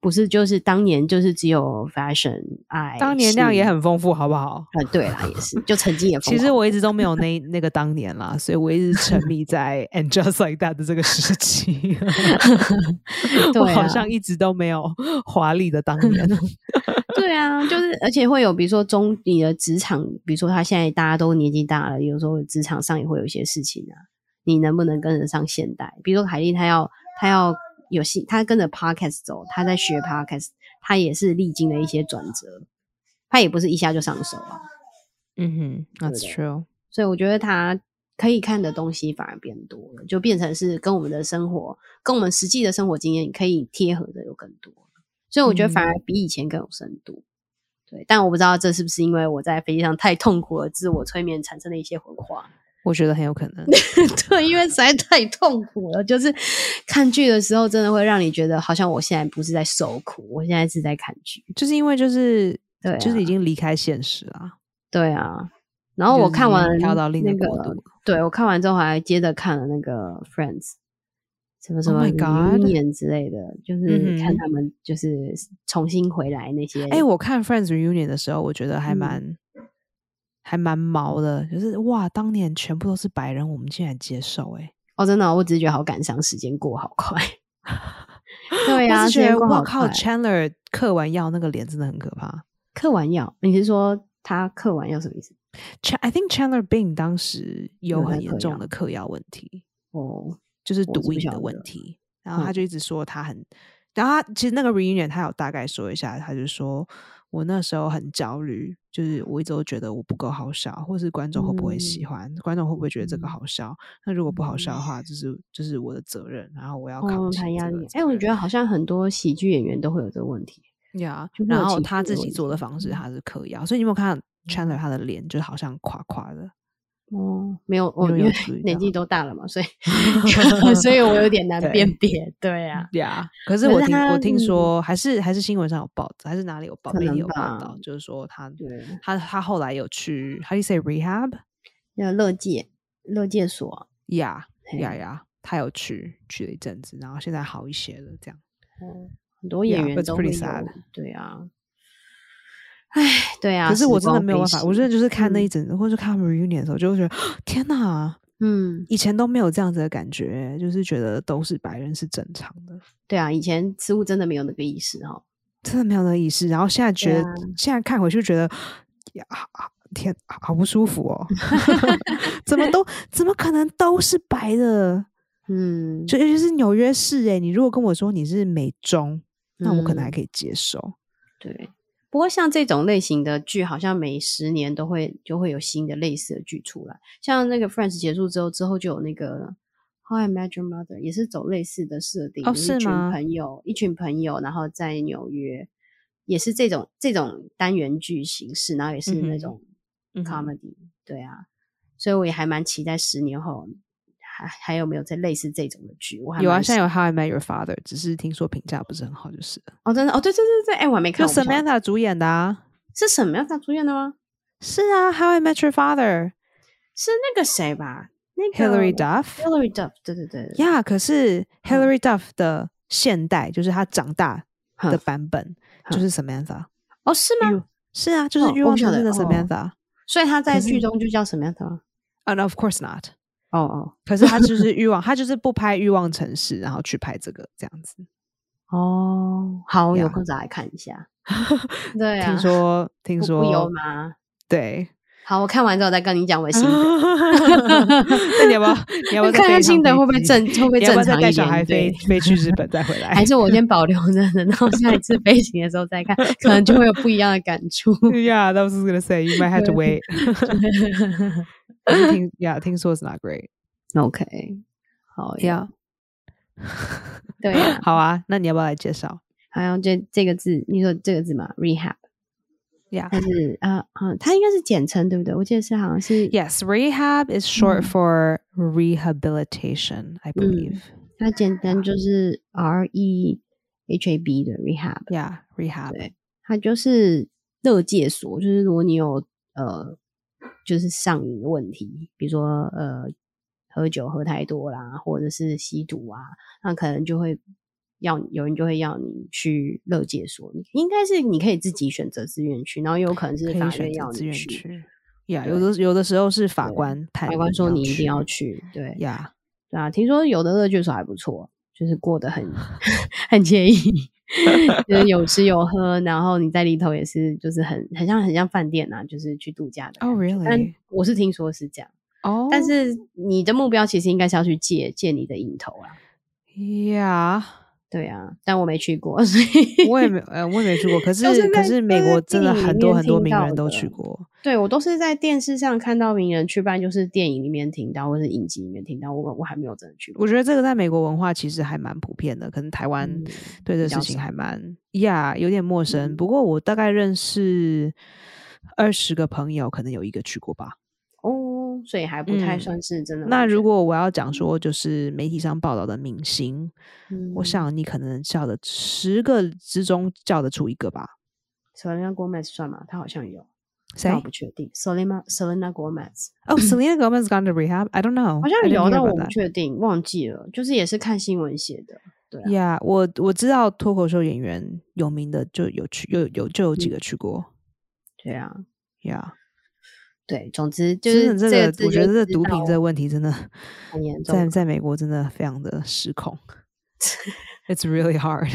[SPEAKER 2] 不是，就是当年就是只有 fashion 爱，
[SPEAKER 1] 当年量也
[SPEAKER 2] 性
[SPEAKER 1] 很丰富，好不好？
[SPEAKER 2] 呃，对啦，也是，就曾经也疯
[SPEAKER 1] 其实
[SPEAKER 2] 狂
[SPEAKER 1] 我一直都没有那那个当年啦，所以我一直沉迷在 and just like that 的这个时期。 *laughs* 我
[SPEAKER 2] 对
[SPEAKER 1] 好
[SPEAKER 2] 啊
[SPEAKER 1] 像一直都没有华丽的当
[SPEAKER 2] *laughs*
[SPEAKER 1] 年。
[SPEAKER 2] 对啊，就是而且会有，比如说中你的职场，比如说他现在大家都年纪大了，有时候职场上也会有一些事情啊，你能不能跟得上现代？比如说海丽，她要她要有戏，她跟着 podcast 走，她在学 podcast，她也是历经了一些转折，她也不是一下就上手啊，
[SPEAKER 1] 嗯哼，That's
[SPEAKER 2] 对
[SPEAKER 1] true。
[SPEAKER 2] 所以我觉得她可以看的东西反而变多了，就变成是跟我们的生活，跟我们实际的生活经验可以贴合的有更多，所以我觉得反
[SPEAKER 1] 嗯
[SPEAKER 2] 而比以前更有深度。对，但我不知道这是不是因为我在飞机上太痛苦了，自我催眠产生的一些混话。
[SPEAKER 1] 我觉得很有可能。
[SPEAKER 2] *laughs* 对，因为实在太痛苦了，就是看剧的时候真的会让你觉得好像我现在不是在受苦，我现在是在看剧。
[SPEAKER 1] *laughs* 就是因为就是
[SPEAKER 2] 对啊
[SPEAKER 1] 就是已经离开现实了，
[SPEAKER 2] 对啊，然后
[SPEAKER 1] 就
[SPEAKER 2] 我
[SPEAKER 1] 是
[SPEAKER 2] 看
[SPEAKER 1] 已经
[SPEAKER 2] 完
[SPEAKER 1] 跳到另
[SPEAKER 2] 那
[SPEAKER 1] 一个国
[SPEAKER 2] 个
[SPEAKER 1] 度，
[SPEAKER 2] 对我看完之后还接着看了那个 Friends，什么什
[SPEAKER 1] Oh
[SPEAKER 2] 么
[SPEAKER 1] my God
[SPEAKER 2] 年之类的，就是
[SPEAKER 1] 嗯
[SPEAKER 2] 看
[SPEAKER 1] 哼
[SPEAKER 2] 他们就是重新回来那些。
[SPEAKER 1] 哎、我看 Friends reunion 的时候，我觉得还
[SPEAKER 2] 嗯
[SPEAKER 1] 蛮、还蛮毛的，就是哇，当年全部都是白人，我们竟然接受、欸，
[SPEAKER 2] 哦，真的哦、我只是觉得好感伤，时间过好
[SPEAKER 1] *laughs*
[SPEAKER 2] 快。对
[SPEAKER 1] 我
[SPEAKER 2] 啊，
[SPEAKER 1] 只
[SPEAKER 2] 时
[SPEAKER 1] 觉
[SPEAKER 2] 间
[SPEAKER 1] 得
[SPEAKER 2] 过
[SPEAKER 1] 哇
[SPEAKER 2] 好
[SPEAKER 1] 靠
[SPEAKER 2] 快。
[SPEAKER 1] ，Chandler 嗑完药那个脸真的很可怕。
[SPEAKER 2] 嗑完药，你是说他嗑完药什么意思？
[SPEAKER 1] Ch- I think Chandler Bing 当时有
[SPEAKER 2] 有在
[SPEAKER 1] 很
[SPEAKER 2] 嗑
[SPEAKER 1] 严重
[SPEAKER 2] 药
[SPEAKER 1] 的嗑药问题，
[SPEAKER 2] 哦，
[SPEAKER 1] 就是
[SPEAKER 2] 我是
[SPEAKER 1] 毒
[SPEAKER 2] 不
[SPEAKER 1] 瘾
[SPEAKER 2] 晓
[SPEAKER 1] 的问
[SPEAKER 2] 得
[SPEAKER 1] 题。然后
[SPEAKER 2] 嗯
[SPEAKER 1] 他就一直说他很，然后他其实那个 reunion 他有大概说一下，他就说我那时候很焦虑，就是我一直都觉得我不够好笑，或是观众会不会喜
[SPEAKER 2] 嗯
[SPEAKER 1] 欢，观众会不会觉得这个
[SPEAKER 2] 嗯
[SPEAKER 1] 好笑？那如果不好笑的
[SPEAKER 2] 嗯
[SPEAKER 1] 话，就是就是我的责任，然后我要扛
[SPEAKER 2] 哦，
[SPEAKER 1] 起
[SPEAKER 2] 他压
[SPEAKER 1] 这
[SPEAKER 2] 力
[SPEAKER 1] 个。责
[SPEAKER 2] 哎，我
[SPEAKER 1] 任
[SPEAKER 2] 觉得好像很多喜剧演员都会有这个问题。
[SPEAKER 1] 呀
[SPEAKER 2] 就会有
[SPEAKER 1] 然后
[SPEAKER 2] 情
[SPEAKER 1] 他
[SPEAKER 2] 绪的
[SPEAKER 1] 自己
[SPEAKER 2] 问
[SPEAKER 1] 做的
[SPEAKER 2] 题
[SPEAKER 1] 方式
[SPEAKER 2] 嗯
[SPEAKER 1] 他是嗑药，所以你有没有看到 Chandler 他的脸就好像垮垮的？
[SPEAKER 2] 哦，没有，我
[SPEAKER 1] 有
[SPEAKER 2] 因
[SPEAKER 1] 有
[SPEAKER 2] 为
[SPEAKER 1] 注意
[SPEAKER 2] 年
[SPEAKER 1] 到
[SPEAKER 2] 纪都大了嘛，
[SPEAKER 1] *laughs*
[SPEAKER 2] 所以 *laughs* 所以我有点难
[SPEAKER 1] 对嗯
[SPEAKER 2] 辨别。对啊， *laughs*
[SPEAKER 1] 呀、可是
[SPEAKER 2] 可
[SPEAKER 1] 我
[SPEAKER 2] 是
[SPEAKER 1] 听
[SPEAKER 2] 他
[SPEAKER 1] 我听
[SPEAKER 2] 嗯
[SPEAKER 1] 说，还是还是新闻上有报，还是哪里有报，
[SPEAKER 2] 可
[SPEAKER 1] 媒体
[SPEAKER 2] 能
[SPEAKER 1] 有报
[SPEAKER 2] 吧
[SPEAKER 1] 道，就是说他
[SPEAKER 2] 对，
[SPEAKER 1] 他他后来有去 how do you say rehab
[SPEAKER 2] 那乐界乐界所，
[SPEAKER 1] 呀
[SPEAKER 2] 嘿
[SPEAKER 1] 呀呀，他有去去了一阵子，然后现在好一些了，这样
[SPEAKER 2] 哦很多
[SPEAKER 1] Yeah,
[SPEAKER 2] 演员
[SPEAKER 1] that's
[SPEAKER 2] 都会
[SPEAKER 1] pretty
[SPEAKER 2] 有
[SPEAKER 1] sad.。
[SPEAKER 2] 对啊，哎，对啊。
[SPEAKER 1] 可是
[SPEAKER 2] 时
[SPEAKER 1] 我真的
[SPEAKER 2] 光
[SPEAKER 1] 没有
[SPEAKER 2] 飞
[SPEAKER 1] 办法，
[SPEAKER 2] 逝
[SPEAKER 1] 我真的就是看那
[SPEAKER 2] 嗯
[SPEAKER 1] 一整，或者看他们 reunion 的时候，就会觉得天哪，
[SPEAKER 2] 嗯，
[SPEAKER 1] 以前都没有这样子的感觉，就是觉得都是白人是正常的。
[SPEAKER 2] 对啊，以前似乎真的没有那个意识哈。
[SPEAKER 1] 真的没有那个意识。然后现在觉得，
[SPEAKER 2] 啊
[SPEAKER 1] 现在看回去觉得，呀，啊啊天，啊好不舒
[SPEAKER 2] *laughs*
[SPEAKER 1] 服哦！怎么都怎么可能都是白的？
[SPEAKER 2] 嗯，
[SPEAKER 1] 就尤其是纽约市、欸，你如果跟我说你是美中，那我可能还
[SPEAKER 2] 嗯
[SPEAKER 1] 可以接受。
[SPEAKER 2] 对。不过像这种类型的剧，好像每十年都会就会有新的类似的剧出来。像那个 Friends 结束之后，之后就有那个 How I Met Your Mother，也是走类似的设定，
[SPEAKER 1] 哦
[SPEAKER 2] 就是一群
[SPEAKER 1] 吗
[SPEAKER 2] 朋友，一群朋友，然后在纽约，也是这种这种单元剧形式，然后也是
[SPEAKER 1] 嗯
[SPEAKER 2] 那
[SPEAKER 1] 哼
[SPEAKER 2] 种
[SPEAKER 1] 嗯哼
[SPEAKER 2] comedy，、对啊。所以我也还蛮期待十年后还还有没有这类似这种的剧。我还
[SPEAKER 1] 有啊，
[SPEAKER 2] 蛮
[SPEAKER 1] 现在
[SPEAKER 2] 喜
[SPEAKER 1] 有 How I Met Your Father，只是听说评价不是很好，就是了
[SPEAKER 2] 哦，真的哦，对对对对，哎，我还没
[SPEAKER 1] 就
[SPEAKER 2] 看，我不晓得
[SPEAKER 1] Samantha 主演的啊。
[SPEAKER 2] 是什么样他出现的吗？
[SPEAKER 1] 是啊，How I Met Your Father，Hillary
[SPEAKER 2] 是那个谁吧？那个
[SPEAKER 1] Duff。
[SPEAKER 2] Hillary Duff，对对对，
[SPEAKER 1] 呀可
[SPEAKER 2] 嗯
[SPEAKER 1] 是 Hillary Duff 的现代，就是她长大
[SPEAKER 2] 哼
[SPEAKER 1] 的版本，就
[SPEAKER 2] 哼
[SPEAKER 1] 是 Samantha。
[SPEAKER 2] 哦，是
[SPEAKER 1] 欲
[SPEAKER 2] 吗？
[SPEAKER 1] 是啊，就是
[SPEAKER 2] 哦
[SPEAKER 1] 欲
[SPEAKER 2] 我
[SPEAKER 1] 望
[SPEAKER 2] 不晓
[SPEAKER 1] 城市
[SPEAKER 2] 得
[SPEAKER 1] 的
[SPEAKER 2] 哦
[SPEAKER 1] Samantha。
[SPEAKER 2] 所以他在
[SPEAKER 1] 可是
[SPEAKER 2] 剧中就叫什么样的吗？
[SPEAKER 1] 啊、n o of course not。
[SPEAKER 2] 哦哦
[SPEAKER 1] 可是他就是欲望，他就是不拍欲望城市，然后去拍这个这样子。
[SPEAKER 2] 哦，好，有
[SPEAKER 1] 呀
[SPEAKER 2] 空找来看一
[SPEAKER 1] *laughs*
[SPEAKER 2] 下。对啊，
[SPEAKER 1] 听说，听
[SPEAKER 2] 不
[SPEAKER 1] 说
[SPEAKER 2] 不优吗？ *laughs*
[SPEAKER 1] 对。
[SPEAKER 2] 好，我看完之后再跟你讲我的心得。
[SPEAKER 1] 那你要不
[SPEAKER 2] *laughs*
[SPEAKER 1] 要？你 *laughs* 要不要再
[SPEAKER 2] 看
[SPEAKER 1] 飞
[SPEAKER 2] 看
[SPEAKER 1] 一趟
[SPEAKER 2] 心得
[SPEAKER 1] 飞
[SPEAKER 2] 会不会
[SPEAKER 1] 机
[SPEAKER 2] 正会不会
[SPEAKER 1] 你要不
[SPEAKER 2] 正
[SPEAKER 1] 要再
[SPEAKER 2] 常
[SPEAKER 1] 带
[SPEAKER 2] 一
[SPEAKER 1] 小孩
[SPEAKER 2] 点？
[SPEAKER 1] 飞
[SPEAKER 2] 对，
[SPEAKER 1] 飞去日本再回来？
[SPEAKER 2] *laughs* 还是我先保留着，等到下一次飞行的时候再看，可能就会有不一样的感
[SPEAKER 1] *laughs*
[SPEAKER 2] 触。
[SPEAKER 1] *laughs* Yeah, that was gonna say you might have to wait. *laughs* 可是听 Yeah，听说 is not great.
[SPEAKER 2] OK，好呀，对呀、
[SPEAKER 1] *laughs* 好啊，那你要不要来介绍
[SPEAKER 2] 还有这这个字，你说这个字嘛，rehab，
[SPEAKER 1] ？Yeah.
[SPEAKER 2] 它是啊啊，它应该是简称对不对？我记得是好像是
[SPEAKER 1] Yes, rehab is short
[SPEAKER 2] 嗯
[SPEAKER 1] for rehabilitation, I believe.
[SPEAKER 2] 它简单就是
[SPEAKER 1] 嗯
[SPEAKER 2] R E H A B 的 rehab，
[SPEAKER 1] Yeah, rehab.
[SPEAKER 2] 对它就是乐界所，就是如果你有呃，就是上瘾的问题，比如说呃喝酒喝太多啦，或者是吸毒啊，那可能就会要有人就会要你去乐界所，应该是你可以自己选择自愿去，然后也有可能是
[SPEAKER 1] 可以
[SPEAKER 2] 法院
[SPEAKER 1] 选择
[SPEAKER 2] 要
[SPEAKER 1] 自
[SPEAKER 2] 你
[SPEAKER 1] 愿
[SPEAKER 2] 去。
[SPEAKER 1] 去。呀、yeah,，
[SPEAKER 2] 对
[SPEAKER 1] 有的有的时候是法
[SPEAKER 2] 对
[SPEAKER 1] 官判，
[SPEAKER 2] 法官说你一定要。去，对
[SPEAKER 1] 呀
[SPEAKER 2] 对啊，听说有的乐趣所还不错，就是过得 *laughs* 很很惬意，就是有吃有喝，然后你在里头也是就是很很像很像饭店啊，就是去度假的感
[SPEAKER 1] 哦、oh,
[SPEAKER 2] 觉。但
[SPEAKER 1] ，really？
[SPEAKER 2] 我是听说是这样，
[SPEAKER 1] 哦、
[SPEAKER 2] 但是你的目标其实应该是要去戒戒你的瘾头啊， *laughs*
[SPEAKER 1] 呀
[SPEAKER 2] 对啊，但我没去过， *laughs* 所以
[SPEAKER 1] 我也没呃，我也没去过。可是
[SPEAKER 2] 都是
[SPEAKER 1] 可
[SPEAKER 2] 在
[SPEAKER 1] 是美
[SPEAKER 2] 都是
[SPEAKER 1] 国
[SPEAKER 2] 在
[SPEAKER 1] 真的
[SPEAKER 2] 电影里
[SPEAKER 1] 很多
[SPEAKER 2] 面
[SPEAKER 1] 很多
[SPEAKER 2] 听
[SPEAKER 1] 名
[SPEAKER 2] 到
[SPEAKER 1] 人都去
[SPEAKER 2] 的
[SPEAKER 1] 过。
[SPEAKER 2] 对我都是在电视上看到名人去办，就是电影里面听到，或是影集里面听到，我我还没有真的去过。
[SPEAKER 1] 我觉得这个在美国文化其实还蛮普遍的，可能台湾
[SPEAKER 2] 嗯
[SPEAKER 1] 对
[SPEAKER 2] 比
[SPEAKER 1] 这事
[SPEAKER 2] 较
[SPEAKER 1] 情
[SPEAKER 2] 少
[SPEAKER 1] 还蛮呀、有点陌生。
[SPEAKER 2] 嗯
[SPEAKER 1] 不过我大概认识二十个朋友，可能有一个去过吧。
[SPEAKER 2] 哦，所以还不太
[SPEAKER 1] 嗯
[SPEAKER 2] 算是真的完全。
[SPEAKER 1] 那如果我要讲说，就是媒体上报道的明星，
[SPEAKER 2] 嗯
[SPEAKER 1] 我想你可能叫的十个之中叫得出一个吧？
[SPEAKER 2] Selena Gomez 算吗？她好像有，
[SPEAKER 1] 谁
[SPEAKER 2] 哦但我？不确定。Selena Selena Gomez
[SPEAKER 1] 哦，Selena Gomez gone to rehab. I don't know.
[SPEAKER 2] 好像
[SPEAKER 1] I didn't
[SPEAKER 2] 有，
[SPEAKER 1] hear
[SPEAKER 2] 但
[SPEAKER 1] about
[SPEAKER 2] 我不
[SPEAKER 1] that.
[SPEAKER 2] 确定，忘记了。就是也是看新闻写的，对啊
[SPEAKER 1] Yeah，我我知道脱口秀演员有名的就有去，有有就
[SPEAKER 2] 嗯
[SPEAKER 1] 有几个去过。
[SPEAKER 2] 对啊，
[SPEAKER 1] Yeah，
[SPEAKER 2] 对。总之就
[SPEAKER 1] 真
[SPEAKER 2] 是
[SPEAKER 1] 的
[SPEAKER 2] 个
[SPEAKER 1] 这
[SPEAKER 2] 字
[SPEAKER 1] 个，我觉得
[SPEAKER 2] 就
[SPEAKER 1] 这
[SPEAKER 2] 知
[SPEAKER 1] 毒品
[SPEAKER 2] 道
[SPEAKER 1] 这个问题真的
[SPEAKER 2] 很严重
[SPEAKER 1] 在。在美国真的非常的失控。
[SPEAKER 2] *laughs*
[SPEAKER 1] It's really hard.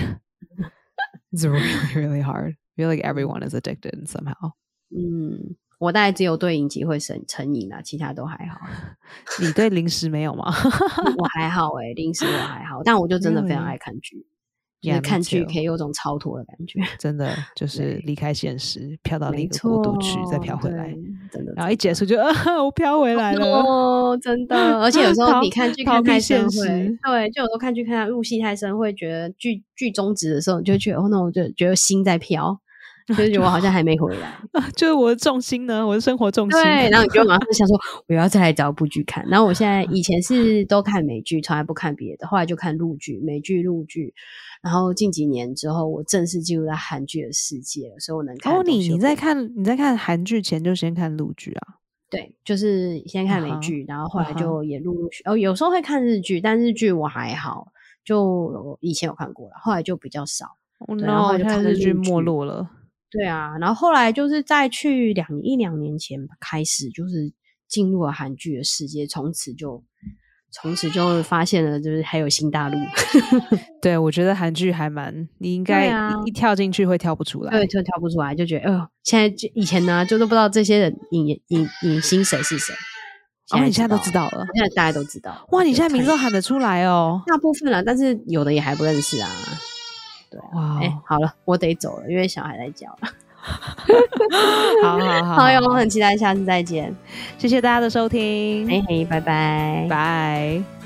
[SPEAKER 1] It's really really hard. feel like everyone is addicted somehow. *laughs*
[SPEAKER 2] 嗯，我大概只有对饮集会成成瘾啦，其他都还
[SPEAKER 1] *laughs*
[SPEAKER 2] 好。
[SPEAKER 1] 你对零食没有吗
[SPEAKER 2] 我还好哎、零食我还好，但我就真的非常
[SPEAKER 1] Really？
[SPEAKER 2] 爱看剧。就是
[SPEAKER 1] Yeah, me
[SPEAKER 2] 看剧
[SPEAKER 1] too
[SPEAKER 2] 可以有种超脱的感觉，
[SPEAKER 1] 真的就是
[SPEAKER 2] 对
[SPEAKER 1] 离开现实，飘到另
[SPEAKER 2] 没
[SPEAKER 1] 一个
[SPEAKER 2] 错，
[SPEAKER 1] 国度去，再飘回来
[SPEAKER 2] 对，，真的。
[SPEAKER 1] 然后一结束就啊，我飘回来了。
[SPEAKER 2] 哦，真的，而且有时候
[SPEAKER 1] 逃
[SPEAKER 2] 你看剧
[SPEAKER 1] 逃
[SPEAKER 2] 看
[SPEAKER 1] 避
[SPEAKER 2] 太深
[SPEAKER 1] 现
[SPEAKER 2] 会
[SPEAKER 1] 实，
[SPEAKER 2] 对，就有时候看剧看太入戏太深，会觉得剧剧终止的时候，你就会觉得哦，那我就觉得心在飘，就是觉得我好像还没回
[SPEAKER 1] *laughs*
[SPEAKER 2] 来，
[SPEAKER 1] 啊就是我的重心呢，我的生活重心。
[SPEAKER 2] 对，然后你就马上想说，我要再来找部剧看。然后我现在以前是都看美剧，从来不看别的，后来就看陆剧、美剧、陆剧。然后近几年之后，我正式进入到韩剧的世界了，所以我能看的
[SPEAKER 1] 哦，
[SPEAKER 2] 东
[SPEAKER 1] 你
[SPEAKER 2] 西
[SPEAKER 1] 你
[SPEAKER 2] 我
[SPEAKER 1] 在
[SPEAKER 2] 都
[SPEAKER 1] 看你在看韩剧前就先看陆剧啊？
[SPEAKER 2] 对，就是先看美
[SPEAKER 1] 啊哈
[SPEAKER 2] 剧，然后后
[SPEAKER 1] 啊
[SPEAKER 2] 来
[SPEAKER 1] 哈
[SPEAKER 2] 就也陆陆续哦，有时候会看日剧，但日剧我还好，就以前有看过了，后来就比较少。
[SPEAKER 1] 哦
[SPEAKER 2] 对然后
[SPEAKER 1] no，
[SPEAKER 2] 我就
[SPEAKER 1] 现在
[SPEAKER 2] 看了
[SPEAKER 1] 日剧
[SPEAKER 2] 陆
[SPEAKER 1] 没
[SPEAKER 2] 剧
[SPEAKER 1] 落了。
[SPEAKER 2] 对啊，然后后来就是在去两一两年前吧开始，就是进入了韩剧的世界，从此就从此就发现了，就是还有新大陆。 *laughs*
[SPEAKER 1] 对，我觉得韩剧还蛮，你应
[SPEAKER 2] 对
[SPEAKER 1] 该一,、
[SPEAKER 2] 啊
[SPEAKER 1] 一跳进去会跳不出来。哦
[SPEAKER 2] 对，就跳不出来，就觉得，哎、呦，现在就以前呢、就都不知道这些人影影影星谁是谁，
[SPEAKER 1] 哦，你现在都知
[SPEAKER 2] 道
[SPEAKER 1] 道了
[SPEAKER 2] 了，。现在大家都知道了。
[SPEAKER 1] 哇，你
[SPEAKER 2] 就
[SPEAKER 1] 现在名
[SPEAKER 2] 看
[SPEAKER 1] 字都喊得出来哦！
[SPEAKER 2] 大部分了，但是有的也还不认识啊。对啊，
[SPEAKER 1] 哇、哦
[SPEAKER 2] 哎、好了，我得走了，因为小孩在叫了。
[SPEAKER 1] 好好好，
[SPEAKER 2] *laughs* 好哟，我很期待下次再见。哎
[SPEAKER 1] 谢谢大家的收听，
[SPEAKER 2] 嘿嘿，拜拜，
[SPEAKER 1] 拜。